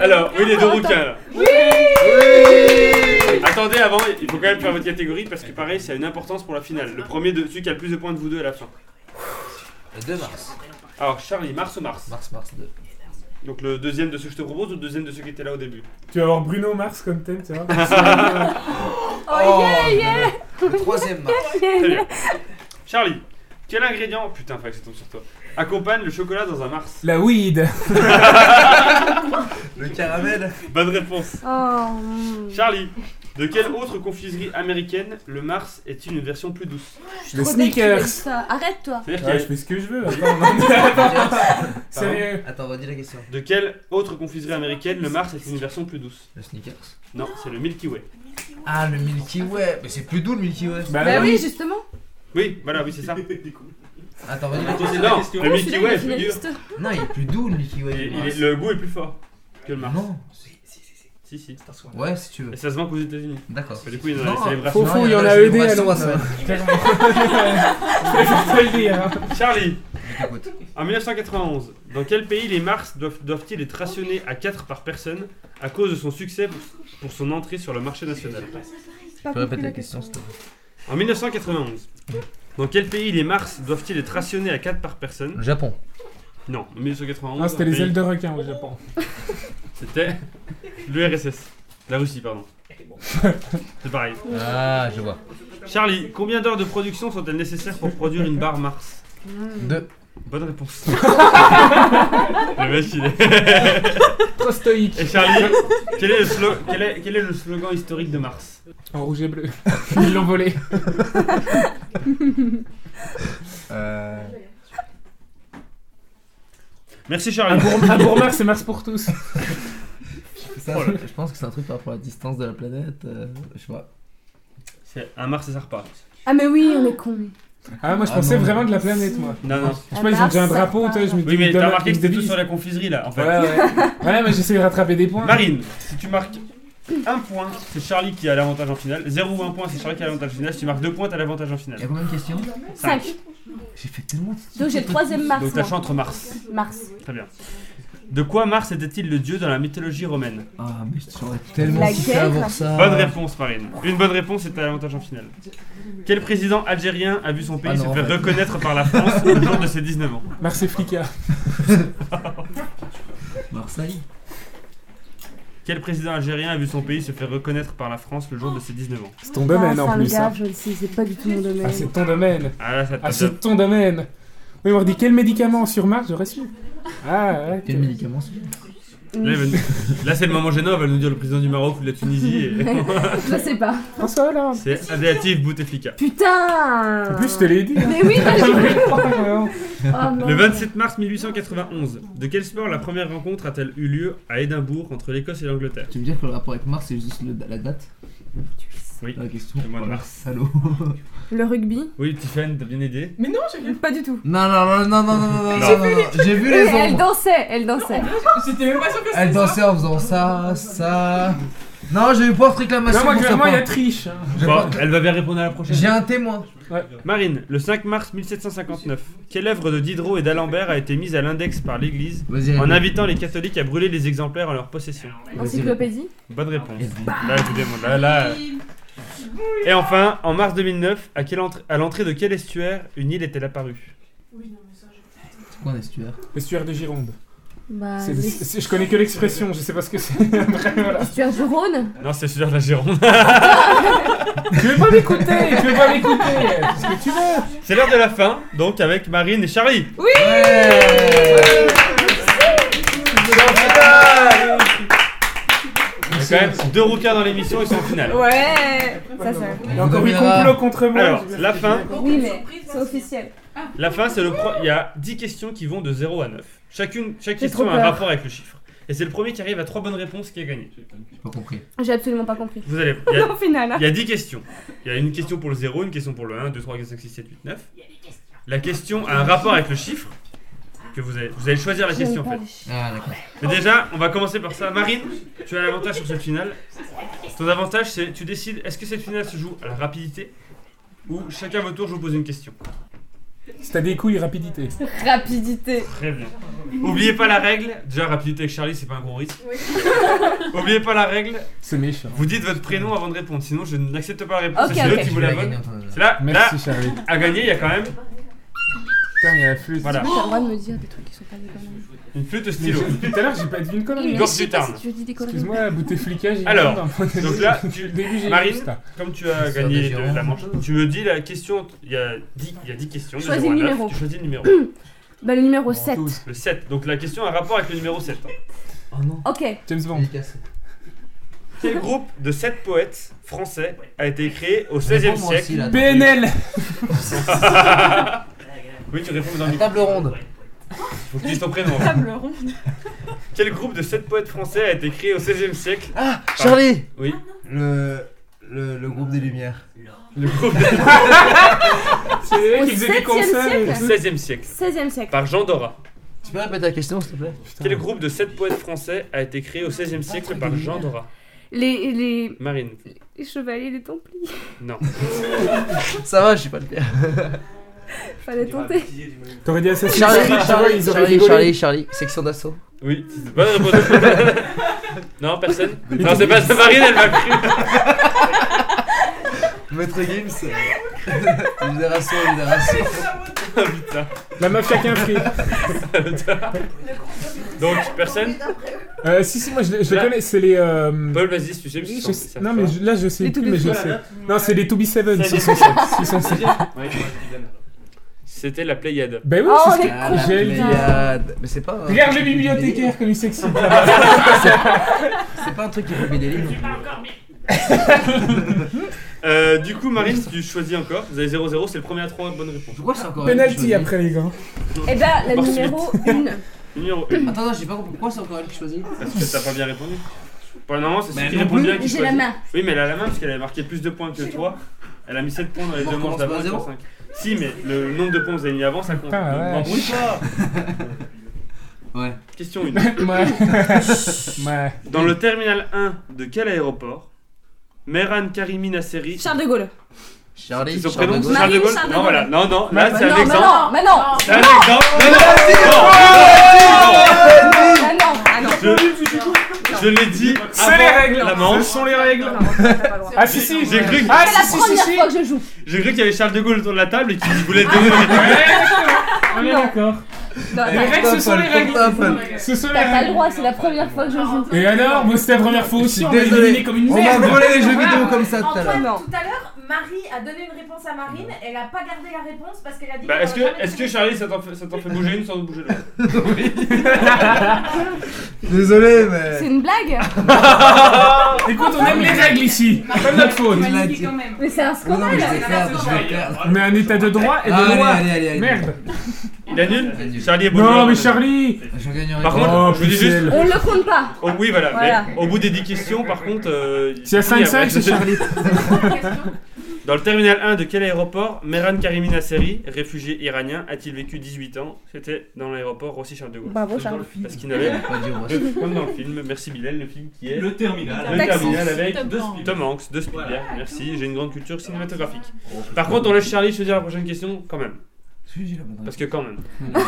Alors, oui, les deux rouquins là. Attendez, avant, il faut quand même faire votre catégorie parce que pareil, ça a une importance pour la finale. Le premier de celui qui a le plus de points de vous deux à la fin. Le 2 mars. Alors, Charlie, Mars ou Mars Mars, mars 2. Donc, le deuxième de ceux que je te propose ou le deuxième de ceux qui étaient là au début Tu vas avoir Bruno Mars comme thème, tu vois. Oh yeah, yeah Le troisième Oh, mars. Très bien. Charlie, quel ingrédient Putain, fallait que ça tombe sur toi. Accompagne le chocolat dans un Mars. La weed. Le caramel. Bonne réponse. Oh. mm. Charlie, de quelle autre confiserie américaine le Mars est-il une version plus douce Le Trop belle, tu l'as dit sneakers. ça. Arrête-toi. C'est-à-dire Ouais, qu'il je y a- fais ce que je veux. Attends, non, mais Sérieux. Attends, redis la question. de quelle autre confiserie américaine le Mars est une version plus douce Le sneakers. Non, c'est le Milky Way. Ah, le Milky Way. Mais c'est plus doux le Milky Way. Bah, Bah non. oui, justement. Oui, voilà, oui, c'est ça. Attends, redis la Non, question. Oh, le Milky Way est plus dur. finaliste. Non, il est plus doux le Milky Et Way. il est- le goût est plus fort que le Mars. Non. Si, si. Ouais, si tu veux. Et ça se vend qu'aux États-Unis. D'accord. Du coup, il y en a des Non. célébrations. Faux, Non, faux, il y en des a ED à célébrations, Londres. Clairement. Je préfère te le dire. hein. Charlie, Je t'écoute. En 1991, dans quel pays les Mars doivent- doivent-ils être rationnés à 4 par personne à cause de son succès pour, pour son entrée sur le marché national Je peux répéter la question, s'il te plaît. En 1991, dans quel pays les Mars doivent-ils être rationnés à 4 par personne Le Japon. Non, en 1991, Non, Ah, c'était un les pays- ailes de requin au Japon. C'était l'URSS. La Russie, pardon. C'est pareil. Ah, je vois. Charlie, combien d'heures de production sont-elles nécessaires pour produire une barre Mars Deux. Bonne réponse. le mec, il est- Trop stoïque. Et Charlie, quel est, le slo- quel est- quel est le slogan historique de Mars En rouge et bleu. Ils l'ont volé. Euh... Merci Un Charlie. pour, un pour Mars, c'est Mars pour tous. Ça, je pense que c'est un truc par rapport à la distance de la planète. euh, je vois. C'est un Mars et ça repart. Ah mais oui, on est con. Ah, moi je Ah, pensais non. vraiment de la planète, moi. Non, non. Ah, Je sais pas, ils ont déjà un drapeau, toi, je me dis. Oui, mais donne t'as un remarqué que truc c'était de tout vie. sur la confiserie là, en fait. Ouais, ouais. Ouais, mais j'essaie de rattraper des points. Marine, si tu marques un point, c'est Charlie qui a l'avantage en finale. 0 ou 1 point, c'est Charlie qui a l'avantage en finale. Si tu marques 2 points, t'as l'avantage Il y en a finale. combien de questions 5. J'ai fait tellement de Donc j'ai le troisième Mars. Donc moi. t'as choix entre Mars. Mars. Très bien. De quoi Mars était-il le dieu dans la mythologie romaine Ah, mais j'aurais tellement La hein. kiffé guerre. avoir ça. Euh. Bonne réponse, Marine. Une bonne réponse et t'as l'avantage en finale. Quel président algérien a vu son pays Ah se non, faire en fait. reconnaître par la France au jour de ses 19 ans Mars et Flicka. Marseille Quel président algérien a vu son pays se faire reconnaître par la France le jour de ses 19 ans C'est ton domaine en plus. gars, hein. Ah, je le sais, c'est pas du tout mon domaine. Ah, c'est ton domaine. Ah là, ça te Ah, c'est ton domaine. Oui, on dit quel médicament sur Mars j'aurais su Ah, ouais. Quel médicament c'est Là, elle va nous- là, c'est le moment gênant, elle va nous dire le président du Maroc ou de la Tunisie. et- je sais pas. François Hollande. c'est Adéatif Bouteflika. Putain En plus, je te l'ai dit. hein. Mais oui, t'as joué. Oh non. Le 27 mars 1891, de quel sport la première rencontre a-t-elle eu lieu à Édimbourg entre l'Écosse et l'Angleterre Tu veux me dire que le rapport avec Mars, c'est juste le- la date Oui. La question. Le mois de Voilà, mars. Salaud. Le rugby Oui, Tiffany, t'as bien aidé. Mais non, j'ai vu. Pas du tout. Non, non, non, non, non, non, non, non, non, non, J'ai vu Eh, Et les elle ombres. dansait, elle dansait. J'étais même pas sûr que Elle c'était ça. dansait en faisant ça, ça. Non, j'ai eu pas de réclamation. Non, moi, pour ça, clairement, il y a pas. triche. hein. J'ai Bon, pas- elle va bien répondre à la prochaine. J'ai un témoin. Marine, le 5 mars 1759, quelle œuvre de Diderot et d'Alembert a été mise à l'index par l'Église Vas-y, en réponds. invitant les catholiques à brûler les exemplaires en leur possession Encyclopédie Bonne réponse. Vas-y. Là, je vous demande, là, là. Et enfin, en mars 2009, à, quelle entrée- à l'entrée de quel estuaire une île est-elle apparue Oui, non, mais ça, je- C'est quoi un estuaire L'estuaire de Gironde. Ah, Bah, C'est- les- c'est- je connais que l'expression, je sais pas ce que c'est. Après, voilà. l'estuaire du Rhône Non, c'est celui de la Gironde. Tu veux pas m'écouter Tu veux pas m'écouter C'est ce que tu veux c'est l'heure de la fin, donc avec Marine et Charlie. Ouais C'est en finale Il y a quand même deux rouquins dans l'émission, ils sont en finale. Ouais Ça, ça. Il y a encore eu Caméra. complot contre moi. Alors, la fin, Oui, mais c'est officiel. La fin, c'est le pro- Il y a 10 questions qui vont de 0 à 9. Chacune, chaque J'ai question trop a un peur. rapport avec le chiffre. Et c'est le premier qui arrive à 3 bonnes réponses qui a gagné. J'ai pas compris. J'ai absolument pas compris. Vous allez. Il y, a- Au final. hein. il y a 10 questions. Il y a une question pour le 0, une question pour le 1, 2, 3, 4, 5, 6, 7, 8, 9. La question a un rapport avec le chiffre. Que vous, allez, vous allez choisir la question en fait. Ah, d'accord. Mais déjà, on va commencer par ça. Marine, tu as l'avantage sur cette finale. Ton avantage, c'est tu décides est-ce que cette finale se joue à la rapidité ou chacun à votre tour, je vous pose une question. Si t'as des couilles, rapidité. Rapidité. Très bien. Oubliez pas la règle. Déjà, rapidité avec Charlie, c'est pas un gros risque. Oubliez pas la règle. C'est méchant. Vous dites votre prénom avant de répondre. Sinon, je n'accepte pas la réponse. Ok, et c'est ok. l'autre qui vous Tu la l'as donne. gagné, attends, C'est là, Merci, Charlie. là, à gagner, il y a quand même Putain, il y a la flûte. Voilà. T'as le droit de me dire des trucs qui sont pas des conneries. une flûte au Mais stylo. je- Depuis tout à l'heure, j'ai pas dit une connerie. hein. Gorge Mais je sais pas Dutarne. si tu dis des conneries. Excuse-moi, Bouteflika, j'ai Alors, donc donc là, tu- début, j'ai euh, Marine, eu ça. Comme tu as C'est gagné un de référent. la manche, tu me dis la question. Il y a 10, il y a 10 questions. de Choisis 0 à le 9. numéro. Tu choisis le numéro. Bah, le numéro 7. tous. Le 7. Donc la question a un rapport avec le numéro hein. 7. Oh non. Ok. James Bond. Dédicace. Quel groupe de 7 poètes français a été créé au 16e Réponds-moi aussi, siècle là. PNL Oui, tu réponds dans La le table ronde. Faut que tu dises ton prénom. hein. Table ronde. Quel groupe de 7 poètes français a été créé au 16e siècle Ah, Charlie Oui. Ah, Le. Le, le groupe des Lumières. Le groupe de- C'est les mecs Au qui faisaient des 7e concerts. siècle. et tout. 16e siècle 16e siècle. par Jean Dora. Tu peux répéter la question, s'il te plaît Quel groupe de 7 poètes français a été créé au 16e siècle par Jean Dora Les, les, Marine les chevaliers des Templiers. Non. Ça va, je suis pas le père. Fallait tenter. T'aurais dit Assassin's Charlie, Creed, tu vois, Charlie, ils auraient Charlie, rigolé. Charlie, Charlie, section d'assaut. Oui, c'est une bonne réponse. non, personne Non, c'est pas ça, Marine, elle m'a cru. Maître Gims. libération, libération. Ah, putain. La mafia qu'un fric. Donc, personne Euh, si, si, moi je, les- je les Là. connais, c'est les. euh, Paul, vas-y, si tu sais, je si sais- tu sens- ça non, te mais va. je- là je sais Les plus, mais je Toby sais. Non, c'est les To Be Seven, Ça, j'ai- 607. 607. C'était la Pléiade. Bah oui, Oh, c'est ce les que- Ah, la j'ai le dit. Pléiade. Mais c'est pas. un- Regarde le bibliothécaire comme il s'excite. Ah, C'est pas un truc qui fait des livres. Euh, du coup, Marine, tu choisis encore. Vous avez 0-0, c'est le premier à 3 bonnes réponses. Je crois que c'est encore Penalty choisie après les gars. Eh ben, la Par suite. numéro 1. Numéro 1, Attends, non, j'ai pas compris. Pourquoi c'est encore elle qui choisit parce que t'as pas bien répondu. Pour le moment, c'est celui Mais qui non répond bien qui J'ai la choisit. main. Oui, mais elle a la main parce qu'elle avait marqué plus de points que toi. Elle a mis 7 points dans les On deux manches recommence pas à d'avant et zéro 5. Si, mais le nombre de points que vous avez mis avant, ça compte. Putain, Donc, ouais. M'embrouille pas Ouais. Question 1. Ouais. Ouais. Dans le terminal 1 de quel aéroport Mehran Karimi Nasseri. Charles de Gaulle. Charlie, C'est son Charles prénom de c'est Gaulle. Charles de Gaulle Charles de Non, Gaulle. voilà. Non, non, Mais là, c'est Bah non, mais Alexandre. non, mais Ah Ah, non, C'est Alexandre. Non, non, ah non, ah non. non, non, Je, je l'ai dit. C'est les avant règles. La manche. Ce sont les règles. Ah si si. J'ai cru que- Ah C'est la si si si première si. fois que je joue. J'ai cru qu'il y avait Charles de Gaulle autour de la table et qu'il voulait te donner. Ouais, d'accord. On est d'accord. Dans Les la- règles, ce sont les Paul, règles. Paul. Ce sont les T'as pas le règles. droit, c'est la première fois que je joue. Et alors, moi, c'était la première fois aussi, on m'a Désolé. éliminé comme une On m'a merde. volé les jeux Voilà. vidéo comme ça tout à l'heure. Antoine, Non. tout à l'heure, Marie a donné une réponse à Marine, elle a pas gardé la réponse parce qu'elle a dit. Bah, est-ce que, qu'elle aurait est-ce que jamais Charlie, ça t'en fait, ça t'en fait bouger une sans bouger l'autre Désolé, C'est mais. une blague Écoute, on aime Ah, les règles ici. Pas de notre faute. Il m'a l'a niqué dit. quand même. Mais c'est un Non, non, mais scandale c'est grave, je vais perdre. Mais un état de droit et de Allez, loi. allez, allez, allez. Merde. Il annule Annule. Charlie est bon Non, joueur. mais Charlie. Je gagnerai Par pas. contre, Oh, je vous dis juste- pucelle. On le compte pas Oh, oui, voilà. Voilà. Mais au bout des 10 questions, par contre. euh, S'il y a il y a- 5-5, c'est Charlie. posé la question Dans le terminal 1 de quel aéroport Mehran Karimi Nasseri, réfugié iranien, a-t-il vécu 18 ans C'était dans l'aéroport Rossi-Charles de Gaulle. Bravo Charles. Parce qu'il n'avait Pas dire, moi, que- comme dans le film, merci Bilal, le film qui est le, Le terminal. Taxi. terminal avec Tom deux Hanks. Tom Hanks, de Spielberg. Voilà. Merci, j'ai une grande culture cinématographique. Ah, Par contre, on laisse Charlie choisir la prochaine question quand même. Si, j'ai la bonne Parce que quand même. Ah,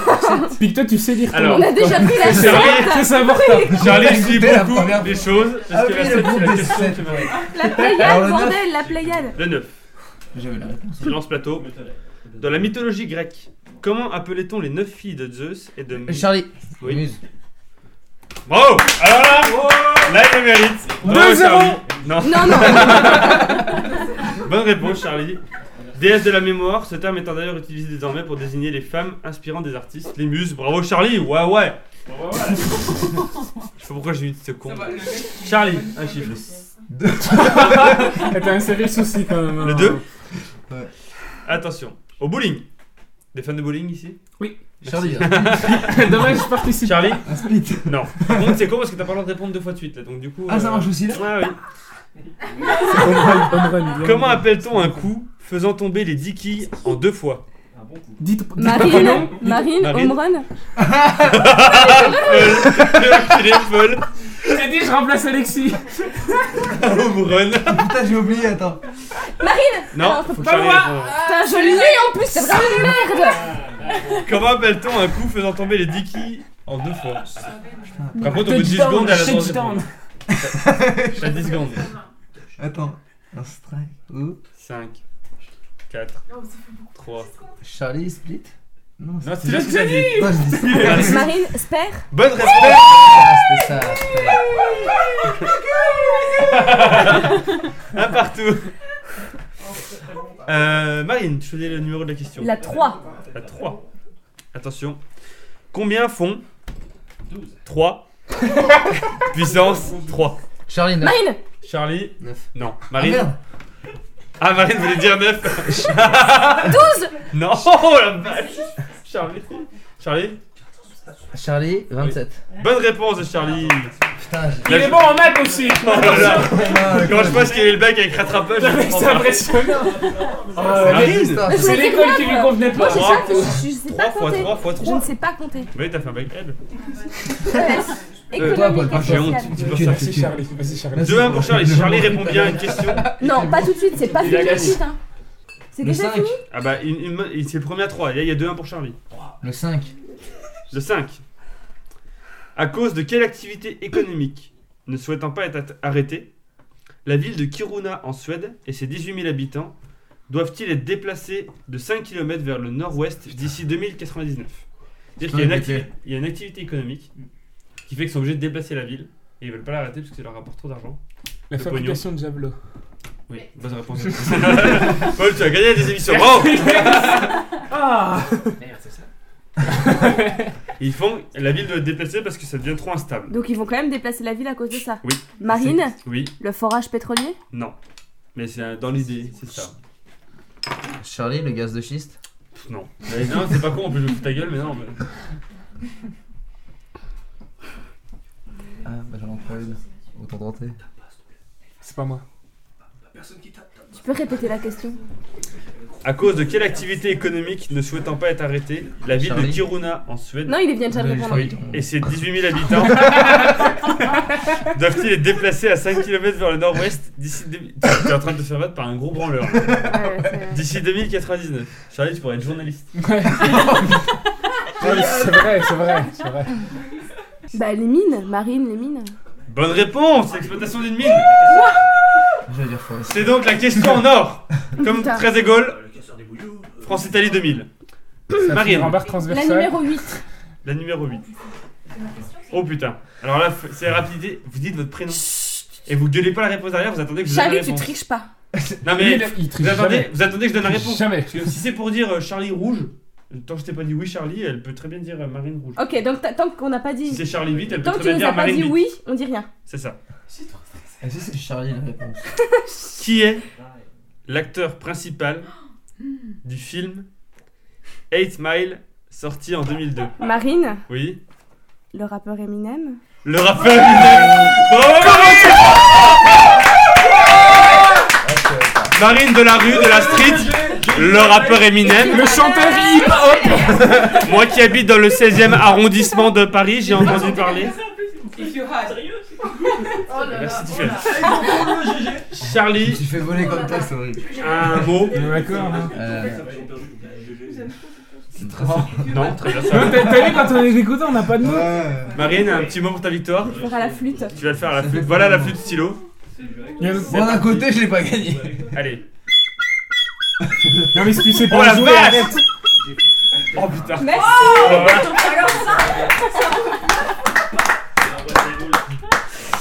Puis que toi, tu sais lire. ton Alors, On a déjà pris la Charlie, Ça, c'est important. Charlie Écoutez suit la beaucoup première des fois. choses. Parce Ah que oui, la le sept, groupe c'est la des question sept, qui m'a- ouais. La Alors, le Pléiade, neuf. bordel, la Pléiade Le 9, que. J'avais la réponse. silence plateau. Dans la mythologie grecque, comment appelait-on les 9 filles de Zeus et de Charlie, Oui. muse. Bravo Alors là, Oh. là il le mérite. Bravo, 2-0. Charlie. Non. Non, non Bonne réponse, Charlie. Déesse de la mémoire, ce terme étant d'ailleurs utilisé désormais pour désigner les femmes inspirantes des artistes, les muses. Bravo, Charlie. Ouais, ouais. Je sais pas pourquoi j'ai eu ce con. Charlie, un chiffre. Ah, T'as un sérieux souci quand même. hein. Le 2 Euh, Ouais. Attention, au bowling. Des fans de bowling ici Charlie, Dommage, je participe. Charlie un split. Non. Par contre, c'est con parce que t'as pas le droit de répondre deux fois de suite là, donc du coup. Ah, ça euh, marche aussi là Ah oui. Bonne run, bonne run, bien. Comment appelle-t-on un coup faisant tomber les 10 quilles en deux fois Dites, dites pas non. Marine, Marine, Marine. home run Il est folle. J'ai dit, je remplace Alexis. Home run. Putain, j'ai oublié, attends. Non, Alors, faut que pas Charlie moi. réponde. Putain, je l'ai en plus, c'est vraiment une merde Comment appelle-t-on un coup faisant tomber les dickies en deux fois Par contre, au bout de 10 Touchdown, secondes, elle a le droit touchdown. de répondre. T'as 10 secondes. Attends. Un strike. ou 5, 4, 3. Charlie, split Non, Non, c'est l'as déjà ce que t'as dit. Putain, je dis ça. Marine, sper Bonne réponse. Ah, c'était ça. c'était- Un partout. Euh, Marine, tu choisis le numéro de la question. La 3 La 3. Attention. Combien font 3 puissance 3 Charlie, neuf. Marine Charlie Neuf. Non. Ah, Marine merde. Ah, Marine voulait dire 9. 12 Non, oh la vache Charlie Charlie Charlie, 27. Bonne réponse de Charlie Putain, j'ai. Il est bon en maths aussi. Oh là là. Ah, Quand je pense qu'il est le bac avec rattrapage, je comprends C'est pas. impressionnant. Ah, c'est Marine. une histoire. Je C'est voulais dire l'école qui lui grave. convenait Moi pas. Ah. j'ai ça, je je sais 3 pas fois compter 3 fois Je 3 ne sais pas compter Mais t'as fait un bac L Euh, Économie toi, Ah, Paul, par J'ai honte, sociale. tu peux Tu- faire tu- ça. Merci Charlie. Vas-y Charlie. 2-1 pour Charlie, Charlie répond bien à une question. Non, pas tout de suite, c'est pas Il fini a tout de gagné. suite hein C'est Le déjà 5. fini Ah bah, une- une main- il- c'est le premier à 3, là il y a 2-1 pour Charlie. Le 5. Le 5. À cause de quelle activité économique ne souhaitant pas être at- arrêtée, la ville de Kiruna en Suède et ses 18 000 habitants doivent-ils être déplacés de 5 km vers le nord-ouest d'ici 2099 C'est-à-dire qu'il y, a une Putain, activi- il y a une activité économique qui fait qu'ils sont obligés de déplacer la ville et ils veulent pas l'arrêter parce que ça leur rapporte trop d'argent. La Le fabrication de Javelot. Oui, bonne réponse. Paul, tu as gagné des émissions. Bravo Ah Merde, c'est ça. Ils font, la ville doit être déplacée parce que ça devient trop instable. Donc ils vont quand même déplacer la ville à cause de ça Oui. Marine, Oui, le forage pétrolier non. Mais c'est euh, dans l'idée, c'est ça. Charlie, le gaz de schiste. Non. non, c'est pas con, on peut jouer ta gueule, mais non. mais- Ah, bah j'en prends une. Autant tenter. C'est pas moi. Tu peux répéter la question À cause de quelle activité économique ne souhaitant pas être arrêtée, la ville de Charlie. Kiruna en Suède Non, il est bien déjà de euh, Allez, répondre Charlie. et ses 18 000 habitants doivent-ils être déplacés à 5 km vers le nord-ouest d'ici. deux- Tu tu es en train de te faire battre par un gros branleur. Ouais, ouais, c'est- D'ici 2099. Charlie, tu pourrais être journaliste. Ouais. c'est vrai, c'est vrai, c'est vrai. Bah les mines, Marine, les mines Bonne réponse Exploitation d'une mine J'allais dire fausse. C'est donc la question en or Comme Putain. 13 et Gaulle, France-Italie 2000. Marine. Rembarque La transversale. numéro 8 La numéro 8. C'est ma question, c'est- Oh putain. Alors là, f- c'est rapidité. Vous dites votre prénom. Et vous gueulez pas la réponse derrière, vous attendez que je vous donne la Charlie, tu réponse. triches pas. Non Lui, mais il- il triche vous attendez, jamais. vous attendez que je donne la réponse. Jamais. Parce que si c'est pour dire euh, Charlie rouge, tant que je t'ai pas dit oui Charlie, elle peut très bien dire euh, Marine rouge. Ok, donc t'as- tant qu'on n'a pas Si dit. c'est Charlie vite, elle peut Tant que très bien tu nous dire as pas Marine dit vite. oui, on dit rien. C'est ça. Est-ce que Ah, c'est Charlie la réponse Qui est l'acteur principal du film 8 Mile sorti en 2002 Marine, Oui. le rappeur Eminem. Le rappeur Eminem. Bravo, Marine Marine de la rue, de la street, le rappeur Eminem. Le chanteur hip-hop Moi qui habite dans le 16e arrondissement de Paris, j'ai entendu parler. If you had. Oh là là, Merci, oh Tiffany. là. Je me Charlie, suis fait voler comme ça, c'est horrible. un mot. D'accord. hein. Euh, c'est très Non, très bien, ça Non, va. T'as t'as vu, quand on est écoutant, on n'a pas de mots. Marine, un petit mot pour ta victoire. Faire à la flûte. Tu vas le faire à la flûte. Voilà la flûte stylo. Il y a- Bon, d'un côté, je l'ai pas gagné. Allez. Non, mais si c'est Oh pour la jouer, vache arrête. Oh putain Merci. Bah, Ah, Alors ça, Ah,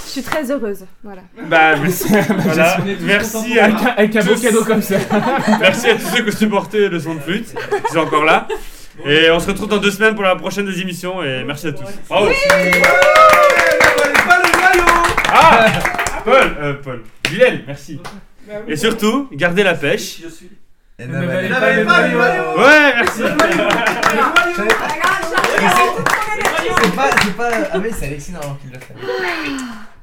Je suis très heureuse. Voilà. Bah merci. Voilà. Merci à, Avec un- Avec un beau Tous. cadeau comme ça. merci à tous ceux qui ont supporté le son de flûte. Ils sont encore là. Et on se retrouve dans deux semaines pour la prochaine des émissions. Et merci à tous. Bravo Ah Paul euh, Paul. Bilal, merci. Et surtout, gardez la pêche. Et Ne valait Naval- pas le maillot. Ouais, merci voilà, Charlie, C'est pas, c'est pas. Ah oui, c'est Alexis normalement qui l'a fait.